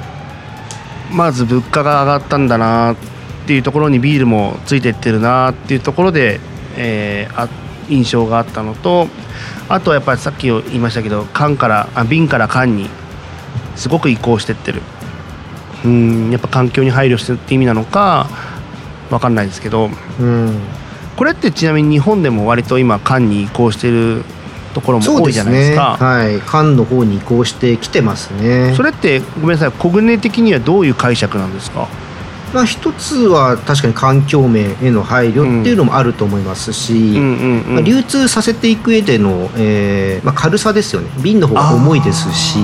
B: まず物価が上がったんだなっていうところにビールもついてってるなっていうところで、えーあ印象があったのと、あとはやっぱりさっき言いましたけど、缶からあ瓶から缶にすごく移行してってる、うん、やっぱ環境に配慮してるって意味なのか、わかんないですけど。
A: うん
B: これってちなみに日本でも割と今缶に移行してるところも
A: そう
B: 多い
A: で
B: じゃ
A: す
B: ないです
A: ね
B: かそ
A: はい缶の方に移行してきてますね
B: れってごめんなさいコグネ的にはどういう解釈なんですか
A: まあ一つは確かに環境面への配慮っていうのもあると思いますし、
B: うんうんうん
A: まあ流通させていく上での、えーまあ、軽さですよね瓶の方が重いですし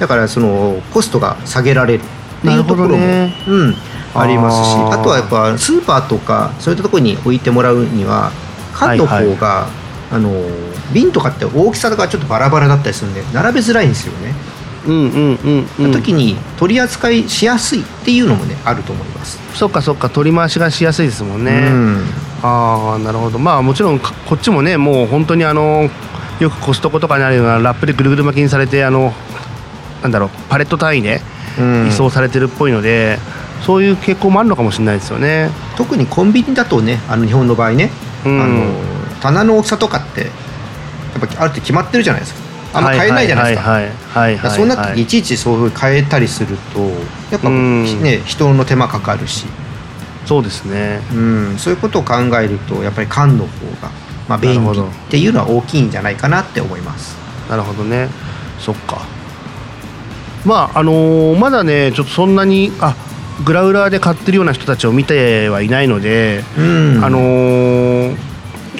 A: だからそのコストが下げられるってい
B: なる
A: うと
B: ほ
A: こ
B: ど
A: ろも、
B: ね
A: うん、ありますし
B: あ
A: あ
B: ー
A: とはやっぱスーパーとかそういったところに置いてもらうには缶の方が、
B: はい
A: あの瓶とかって大きさがちょっとバラバラだったりするんで並べづらいんですよね、
B: うんうんうんうん
A: 時に取り扱いしやすいっていうのもねあると思います。
B: そっかそっか取り回しがしやすいですもんね、
A: うん
B: ああなるほどまあもちろんかこっちもねもう本当にあのよくコストコとかにあるようなラップでぐるぐる巻きにされてあのなんだろうパレット単位で
A: うん
B: 移送されてるっぽいので、そういう傾向もあるのかもしれないですよね
A: 特にコンビニだとねあの日本の場合ね、
B: うん
A: あの棚の大きさとかってやっぱあるって決まってるじゃないですかあんま変えないじゃないですか。
B: はいはいはいはいはいはい
A: そうなった時いちいちそういう変えたりするとやっぱ、
B: うん
A: ね人の手間かかるし、
B: そうですね
A: うん、そういうことを考えるとやっぱり缶の方が、まあ、便利
B: なるほど
A: っていうのは大きいんじゃないかなって思います。
B: なるほどねそっかまああのーまだねちょっとそんなにあグラウラーで買ってるような人たちを見てはいないので、
A: うん
B: あのー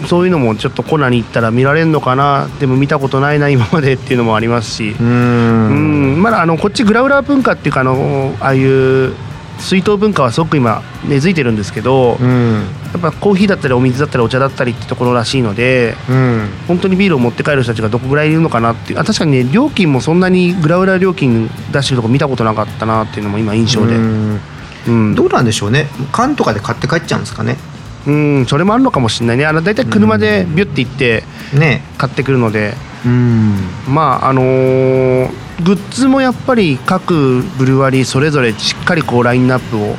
B: そういうのもちょっとコナに行ったら見られるのかなでも見たことないな今までっていうのもありますし
A: う、
B: うんんまだあのこっちグラウラー文化っていうかあのああいう水筒文化はすごく今根付いてるんですけど、
A: う
B: や
A: ん
B: っぱコーヒーだったりお水だったりお茶だったりってところらしいので、
A: うん
B: 本当にビールを持って帰る人たちがどこぐらいいるのかなっていうあ確かにね料金もそんなにグラウラ料金出してるとこ見たことなかったなっていうのも今印象で
A: うん
B: うん
A: どうなんでしょうね缶とかで買って帰っちゃうんですかね。
B: うんそれもあるのかもしれないねあの大体車でビュッて行って
A: ね
B: 買ってくるので
A: うん
B: まああのーグッズもやっぱり各ブルワリーそれぞれしっかりこうラインナップを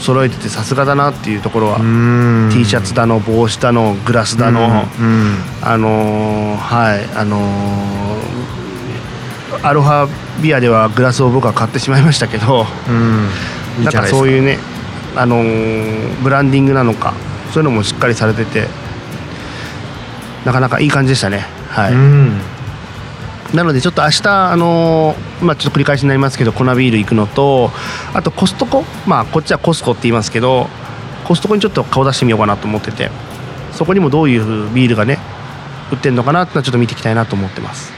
B: 揃えててさすがだなっていうところは、T シャツだの帽子だのグラスだの、
A: うん
B: あのーはいあのーアロハビアではグラスを僕は買ってしまいましたけど
A: うんいい
B: なん
A: じゃ
B: か
A: ないですか
B: そういうね、あのーブランディングなのかそういうのもしっかりされててなかなかいい感じでしたね、はい
A: うん
B: なのでちょっと明日、あのーまあ、ちょっと繰り返しになりますけど粉ビール行くのとあとコストコ、まあ、こっちはコスコって言いますけどコストコにちょっと顔出してみようかなと思っててそこにもどういうビールがね売ってんのかなってのはちょっと見ていきたいなと思ってます。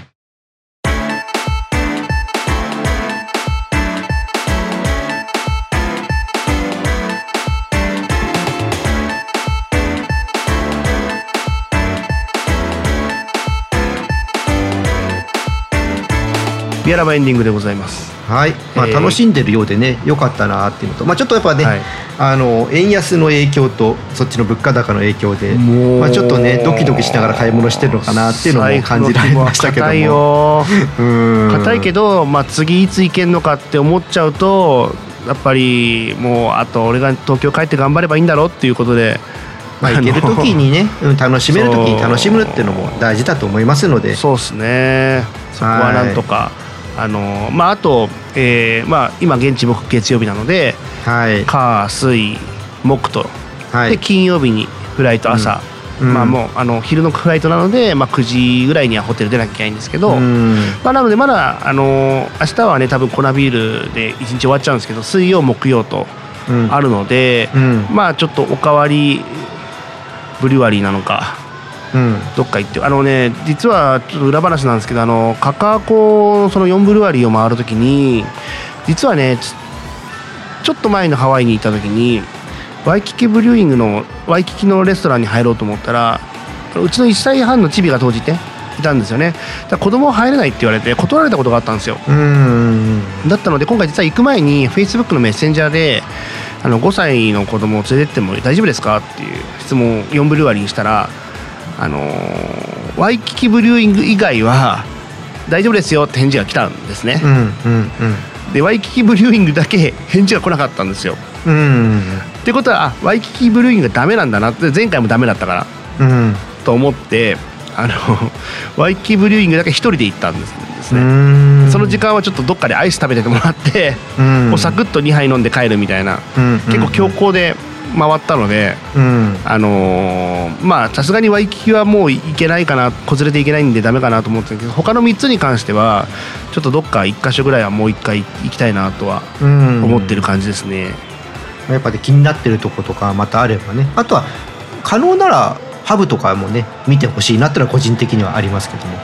B: ビアラバエンディングでございます。
A: はいまあ、
B: えー
A: 楽しんでるようでね、良かったなっていうのと、まあ、ちょっとやっぱね、
B: はい
A: あの円安の影響とそっちの物価高の影響で、
B: もう
A: まあ、ちょっとねドキドキしながら買い物してるのかなっていうのも感じられましたけど
B: 財布
A: も
B: の紐は硬いよ
A: うん
B: 硬いけど、まあ、次いつ行けんのかって思っちゃうとやっぱりもうあと俺が東京帰って頑張ればいいんだろうっていうことで、
A: まあ、行ける
B: あの
A: 時にね、うん、楽しめる時に楽しむっていうのも大事だと思いますので
B: *laughs* そうですねそこはなんとか、あのまああと、えーまあ、今現地僕月曜日なので
A: はい
B: 火水木と、
A: は
B: で
A: い
B: 金曜日にフライト朝、
A: うんうん
B: まあもうあの昼のフライトなので、まあ、9時ぐらいにはホテル出なきゃいけないんですけど、
A: うん
B: まあ、なのでまだ、あのー明日はね多分粉ビールで一日終わっちゃうんですけど水曜木曜と
A: うん
B: あるので、
A: うん
B: まあちょっとおかわりブリュワリーなのか
A: うん
B: どっか行ってあのね実はちょっと裏話なんですけどあのカカアコその4ブルワリーを回るときに実はねちちょっと前のハワイに行った時にワイキキブリューイングのワイキキのレストランに入ろうと思ったらうちの1歳半のチビが当時ていたんですよねだから子供は入れないって言われて断られたことがあったんですよ
A: うん
B: だったので今回実は行く前に Facebook のメッセンジャーであの5歳の子供を連れてっても大丈夫ですかっていう質問を4ブルワリーにしたら、あのーワイキキブリューイング以外は大丈夫ですよって返事が来たんですね
A: う、んうん
B: でワイキキブリューイングだけ返事が来なかったんですよ
A: うんうん
B: ってことはあワイキキブルーイングがダメなんだなって前回もダメだったか
A: う
B: ら
A: ん
B: と思ってあのワイキキブリューイングだけ一人で行ったんですね、
A: うん
B: その時間はちょっとどっかでアイス食べててもらって、
A: うん
B: もうサクッと2杯飲んで帰るみたいな、
A: うん
B: 結構強行で回ったので、
A: うん
B: あのーまあさすがにワイキキはもう行けないかな子連れて行けないんでダメかなと思ってたけど他の3つに関してはちょっとどっか1箇所ぐらいはもう1回行きたいなとは
A: うん
B: 思ってる感じですね、
A: やっぱり気になってるとことかまたあればねあとは可能ならハブとかもね見てほしいなってのは個人的にはありますけども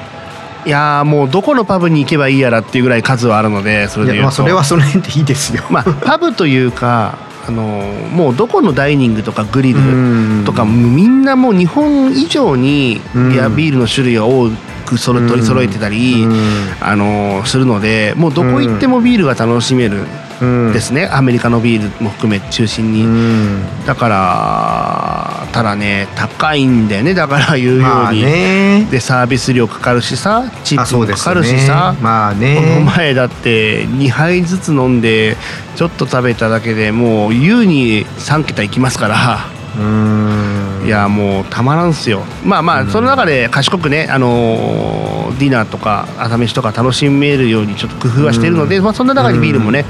B: いやーもうどこのパブに行けばいいやらっていうぐらい数はあるのでそれで
A: い
B: 言
A: や
B: う
A: ま
B: と
A: あそれはその辺でいいですよ。
B: まあ、パブというか、あのもうどこのダイニングとかグリ
A: うん
B: ルとかみんなもう日本以上に
A: うん
B: ビアビールの種類が多くそろ取り揃えてたり、
A: うん
B: あのするのでもうどこ行ってもビールが楽しめる
A: うん
B: ですね、アメリカのビールも含め中心
A: う
B: に。
A: ん
B: だからただね高いんだよねだから言うように、
A: まあね
B: でサービス料かかるしさチ
A: あ
B: ップ
A: そ
B: も
A: うで
B: か
A: す
B: か
A: よ
B: るし
A: ね
B: さ、
A: まあ
B: この
A: ね
B: 前だって2杯ずつ飲んでちょっと食べただけでもう優に3桁いきますから
A: うん
B: いやもうたまらんすよまあまあその中で賢くねあのーディナーとか朝飯とか楽しめるようにちょっと工夫はしてるので、まあ、そんな中にビールもね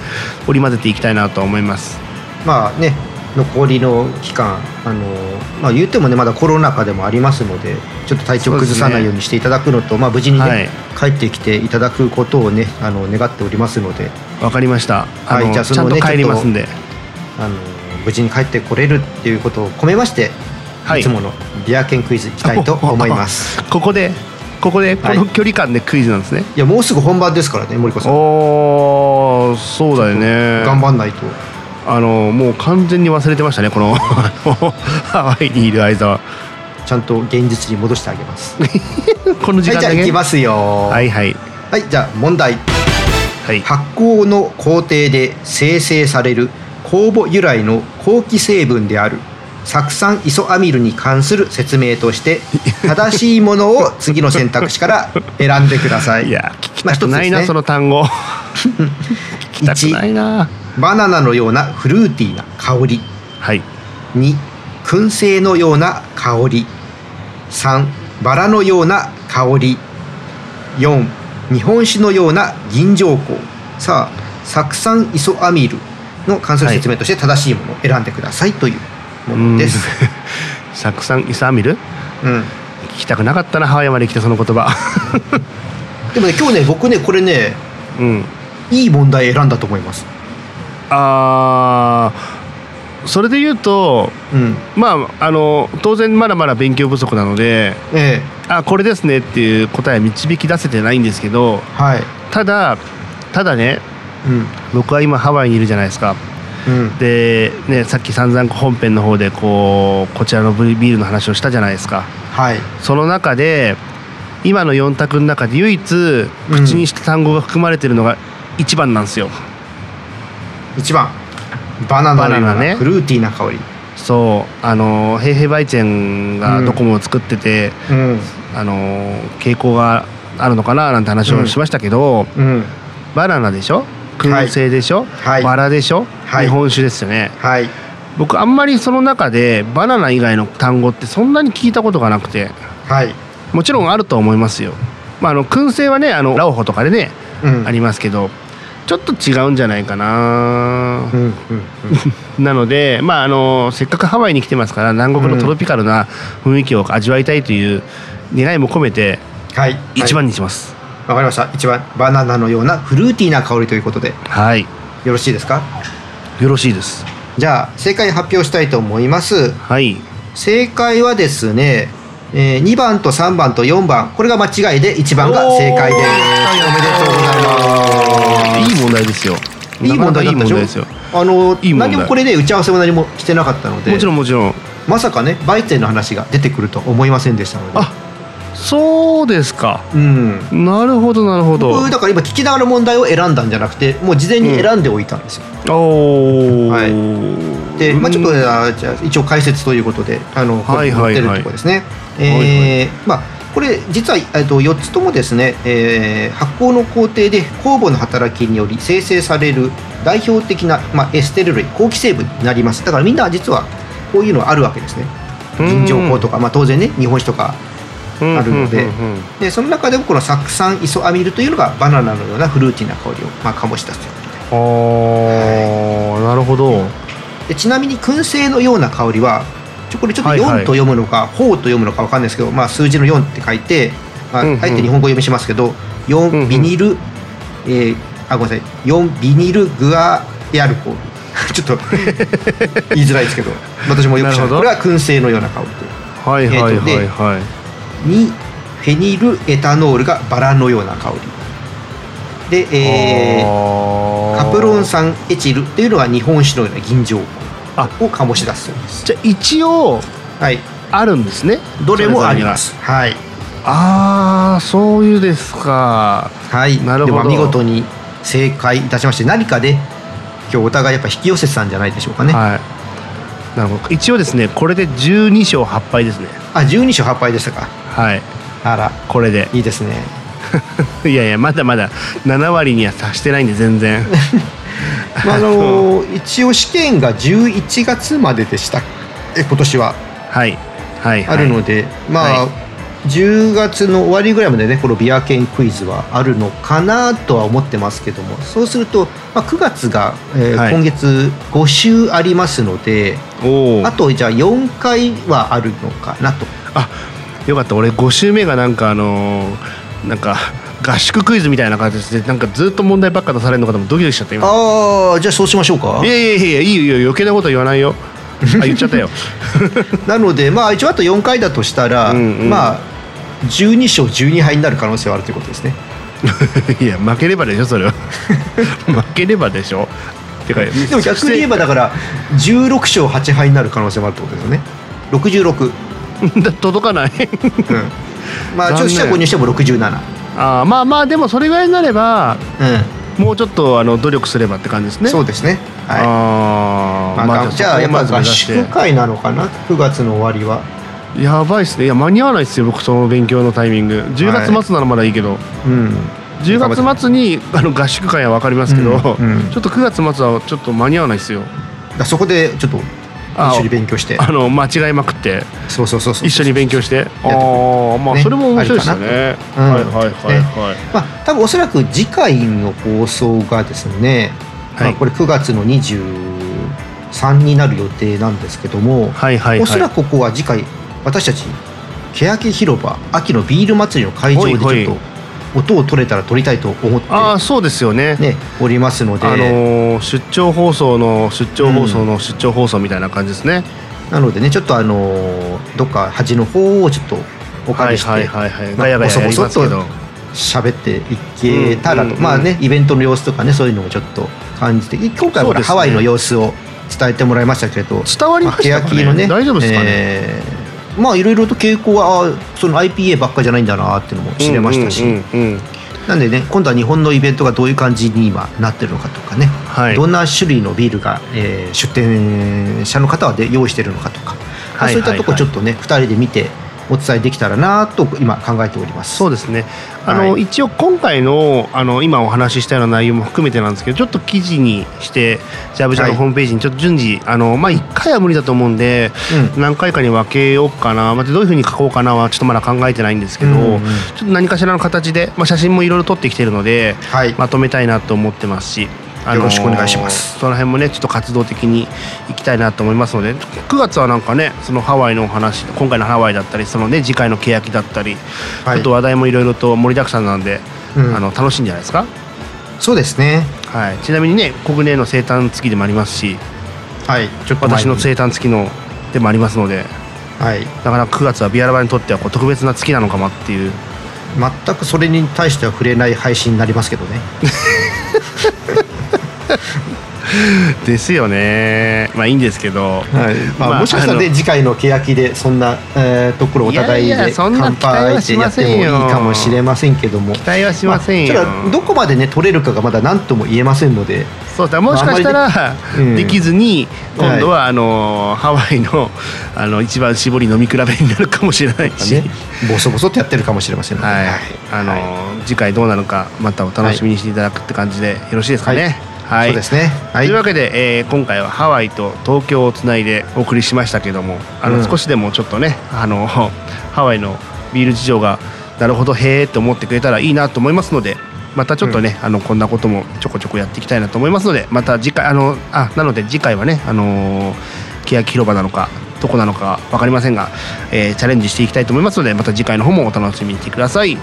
B: 織り交ぜていきたいなと思います
A: まあね残りの期間あのまあ言ってもねまだコロナ禍でもありますのでちょっと体調崩さないようにしていただくのと、まあ無事にね、
B: はい
A: 帰ってきていただくことをねあの願っておりますので
B: わかりましたあ
A: はい
B: の
A: じゃあそ
B: ちゃ
A: の
B: んと
A: ね
B: 帰りますんで
A: あの無事に帰ってこれるっていうことを込めまして、
B: はい
A: い、つものビアケンクイズいきたいと思います
B: ここでここでこ
A: はい
B: の距離感でクイズなんですね、
A: いやもうすぐ本番ですからね森子さん
B: おーそうだよね
A: 頑張んないと
B: あのもう完全に忘れてましたねこの *laughs* あのハワイにいる相沢
A: ちゃんと現実に戻してあげますはい
B: こ *laughs* の時
A: じ
B: 間
A: ゃあ
B: だ
A: い
B: け
A: きますよは、
B: はいいはい
A: じゃあ問題
B: はい
A: 発酵の工程で生成される酵母由来の後期成分である酢酸イソアミルに関する説明として正しいものを次の選択肢から選んでください
B: いや聞き
A: まあ
B: たくない
A: 一つです
B: な、
A: ね
B: その単
A: *laughs*
B: 語聞きたくないな
A: バナナのようなフルーティーな香り
B: はい
A: 2燻製のような香り3バラのような香り4日本酒のような銀条香さあ酢酸イソアミルの関する説明として正しいものを選んでくださいというものです、
B: 酢酸イ *laughs* サミル
A: うん
B: 聞きたくなかったなハワイまで来てその言葉 *laughs*
A: でもね今日ね僕ねこれね
B: うん
A: いい問題選んだと思います
B: あーそれで言うと
A: うん
B: まああの当然まだまだ勉強不足なので
A: ええ
B: あこれですねっていう答えは導き出せてないんですけど
A: はい
B: ただただね
A: うん
B: 僕は今ハワイにいるじゃないですか
A: うん
B: で、ね、さっき散々本編の方でこうこちらのビールの話をしたじゃないですか
A: はい
B: その中で今の4択の中で唯一口にした単語が含まれてるのが1番なんですよ、
A: 1番バナナのよう
B: バナナね
A: なフルーティーな香り、
B: そうあのヘイヘイバイチェンがドコモを作ってて、
A: うん
B: あの傾向があるのかななんて話をしましたけど、
A: うん
B: バナナでしょ燻製でしょ、
A: はい
B: バラでしょ、
A: はい
B: 日本酒ですよね
A: はい
B: 僕あんまりその中でバナナ以外の単語ってそんなに聞いたことがなくて
A: はい
B: もちろんあると思いますよ、まあ、あの燻製はねあのラオホとかでね
A: うん
B: ありますけどちょっと違うんじゃないかな
A: う、んうんうん
B: なので、まあ、あのせっかくハワイに来てますから南国のトロピカルな雰囲気を味わいたいという願いも込めて
A: はい
B: 1
A: はい
B: 番にします
A: わかりました1番バナナのようなフルーティーな香りということで
B: はい、
A: よろしいですか
B: よろしいです
A: じゃあ正解発表したいと思います
B: はい
A: 正解はですね、えー、2番と3番と4番これが間違いで1番が正解ですはいおめでとうございます
B: いい問題ですよ
A: いい問題だ
B: な
A: っ
B: か
A: た
B: な
A: で
B: かいい問題で
A: し
B: す
A: ょ
B: よ
A: あの
B: いい問題
A: 何もこれで打ち合わせも何もしてなかったので
B: もちろんもちろん
A: まさかね売店の話が出てくるとは思いませんでしたので
B: あそうですか
A: うん
B: なるほどなるほど
A: 僕だから今聞きながら問題を選んだんじゃなくてもう事前に選んでおいたんですよ、
B: おお、
A: はいで、まあ、ちょっとあじゃあ一応解説ということであのこ
B: は
A: れ
B: い
A: 載
B: は
A: っ
B: い
A: て
B: はい
A: るところですね
B: はい
A: えーまあこれ実は、えっと、4つともですね、えー発酵の工程で酵母の働きにより生成される代表的な、まあ、エステル類後期成分になりますだからみんな実はこういうのはあるわけですね
B: うん
A: 銀条香とか、まあ、当然ね日本酒とか
B: うん
A: あるので
B: うんうんうん
A: でその中でもこの酢酸イソアミルというのがバナナのようなフルーティーな香りを、まあ、醸し出すと
B: あーなるほど
A: でちなみに燻製のような香りはちょこれちょっと
B: はいはい
A: 4と読むのか「ほうと読むのかわかんないですけど、まあ、数字の4って書いて、まあ
B: うんうん
A: あえて日本語読みしますけど
B: うんう
A: 4
B: ん
A: ビニル、えーあごめんなさい4ビニルグアエアルコール *laughs* ちょっ
B: *laughs*
A: と言いづらいですけど私もよく知らな
B: なるほ
A: い
B: ど
A: これは燻製のような香りと
B: はいはいはいはい、
A: 2フェニルエタノールがバラのような香りで、えー
B: あー
A: カプロン酸エチルっていうのは日本酒のような吟醸
B: あ
A: を醸し出すそうです
B: じゃあ一応
A: はい
B: あるんですね
A: どれもあります。はい。
B: ああそういうですか
A: はい。
B: なるほど
A: でも見事に正解いたしまして、何かで今日お互いやっぱ引き寄せてたんじゃないでしょうかね。
B: はいなるほど一応ですねこれで12勝8敗ですね
A: あ、十二勝八敗でしたか。
B: はい
A: あら、
B: これで
A: いいですね。
B: いやいやまだまだ7割には達してないんで
A: *laughs*
B: 全然
A: まあ、 *laughs* あのー一応試験が十一月まででした。え、今年は
B: はいはい、はい、
A: あるので、まあ。
B: はい
A: 10月の終わりぐらいまでねこのビア研クイズはあるのかなとは思ってますけどもそうすると、まあ、9月が、えー
B: はい
A: 今月5週ありますので、
B: おお
A: あとじゃあ4回はあるのかなと
B: あよかった俺5週目がなんかあのーなんか合宿クイズみたいな感じでなんかずっと問題ばっか出されるのかと思ってドキドキしちゃった今
A: ああじゃあそうしましょうか
B: いやいやいやいやいいよいいよ余計なこと言わないよあ言っちゃったよ
A: *laughs*
B: *laughs*
A: なのでまあ一応あと4回だとしたら、
B: うんうん
A: まあ12勝12敗になる可能性はあるということですね
B: いや負ければでしょそれは *laughs* 負ければでしょてか
A: でも逆に言えばだから16勝8敗になる可能性もあるってことですよね66、 *laughs*
B: だ届かない *laughs*
A: うん、まあ
B: 残念
A: 女子は購入しても67、うん、
B: あーまあまあでもそれぐらいになればもうちょっとあの努力すればって感じですね
A: そううですねはい
B: あー、
A: まあ
B: まあ
A: じゃあやっぱ合宿
B: か
A: 会なのかな9月の終わりは
B: やばいっすねいや間に合わないっすよ僕その勉強のタイミング10月末ならまだいいけど、
A: うん
B: 10月末にあの合宿会は分かりますけど、
A: うんうん
B: ちょっと9月末はちょっと間に合わないですよ
A: だからそこでちょっと
B: あ
A: 一緒に勉強して
B: あの間違いまくって
A: そうそうそうそう
B: 一緒に勉強してああまあ
A: ね
B: それも面白いですよね
A: かな
B: はい
A: うん
B: はいはいはい、
A: まあ、多分おそらく次回の放送がですね、
B: は
A: ま
B: い
A: あ、これ9月の23になる予定なんですけども、
B: はいはいはい
A: おそらくここは次回私たち欅広場秋のビール祭りの会場でち
B: はい
A: ょ
B: は
A: っと音を取れたら取りたいと思って、
B: ああそうですよね
A: ね、おりますので、
B: あのー出張放送の出張放送の出張放送みたいな感じですね、
A: なのでねちょっとあのーどっか端の方をちょっとお
B: は
A: 借
B: い
A: りして、
B: はいはいはい
A: ま
B: ガ
A: あ
B: ヤガヤやりますけど
A: 喋っていけたらと、
B: うんうんうん
A: まあねイベントの様子とかねそういうのもちょっと感じてい今回
B: そう
A: は
B: ですね
A: ハワイの様子を伝えてもらいましたけれど
B: 伝わりましたか
A: 欅
B: ね
A: のね
B: 大丈夫ですかね、
A: えーまあいろいろと傾向はあーその IPA ばっかじゃないんだなっていうのも知れましたし、
B: うんうんうんうん
A: なんでね今度は日本のイベントがどういう感じに今なってるのかとかね、
B: はい
A: どんな種類のビールが、えー出店者の方はで用意してるのかとか、まあ
B: はい
A: そういったとこ
B: はい
A: ち
B: はい
A: ょっとね2人で見てお伝えできたらなと今考えております。
B: そうですねあの、
A: は
B: 一応今回のあの今お話ししたような内容も含めてなんですけどちょっと記事にしてジャブジャ
A: は
B: ブ
A: い
B: ホームページにちょっと順次、あのまあ、1回は無理だと思うんで、
A: う
B: 何回かに分けようかなまたどういうふうに書こうかなはちょっとまだ考えてないんですけど、
A: うんうん
B: ちょっと何かしらの形で、まあ、写真もいろいろ撮ってきてるので、
A: はい、
B: まとめたいなと思ってますし。あ
A: よろしくお願いします
B: その辺もねちょっと活動的にいきたいなと思いますので9月はなんかねそのハワイのお話今回のハワイだったりそのね次回の欅だったり、
A: はい
B: ちょっと話題もいろいろと盛りだくさんなんで、
A: うん
B: あの楽しいんじゃないですか、
A: そうですね。
B: はい、ちなみにねコグネの生誕月でもありますし
A: はい、ちょっと前
B: 私
A: に
B: の生誕月のでもありますので
A: はい、
B: なかなか9月はビアラバにとってはこう特別な月なのかもっていう
A: 全くそれに対しては触れない配信になりますけどね。
B: ですよねまあいいんですけ
A: は
B: ど、
A: い、まあ、
B: まあ
A: もしかしたら
B: あ
A: ね、
B: の
A: 次回の欅で、そんな、えーところをお互い
B: いやい
A: で
B: やそんな
A: 乾
B: 期待は
A: 杯って
B: し
A: や
B: ま
A: って
B: せ
A: も
B: ん
A: いい
B: よ
A: かもしれませんけども。
B: 期待はしませんよ、
A: あちょっとどこまでね、取れるかがまだ何とも言えませんので。
B: そうだもしかしたら
A: りねうん
B: できずに今度はあのハワイのあの一番絞り飲み比べになるかもしれないし、
A: ね、ボソボソとやってるかもしれませんので。
B: はいあの
A: はい
B: 次回どうなるかまたお楽しみにしていただくって感じでよろしいですかね。はい
A: そうですね。は
B: と
A: い
B: いう。わけで、えー今回はハワイと東京をつないでお送りしましたけどもあの、
A: うん
B: 少しでもちょっとねあの *laughs* ハワイのビール事情がなるほどへーって思ってくれたらいいなと思いますのでまたちょっとね、あのこんなこともちょこちょこやっていきたいなと思いますのでまた次回あのあなので次回はねあのー欅広場なのかどこなのか分かりませんが、えーチャレンジしていきたいと思いますのでまた次回の方もお楽しみにしてください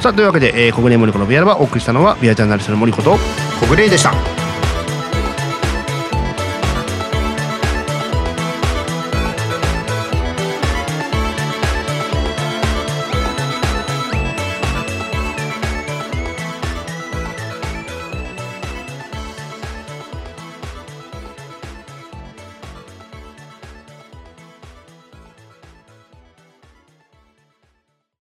B: さあというわけで、えー、国連森子のビアラバお送りしたのはビアジャーナリストの森子と
A: 小暮でした。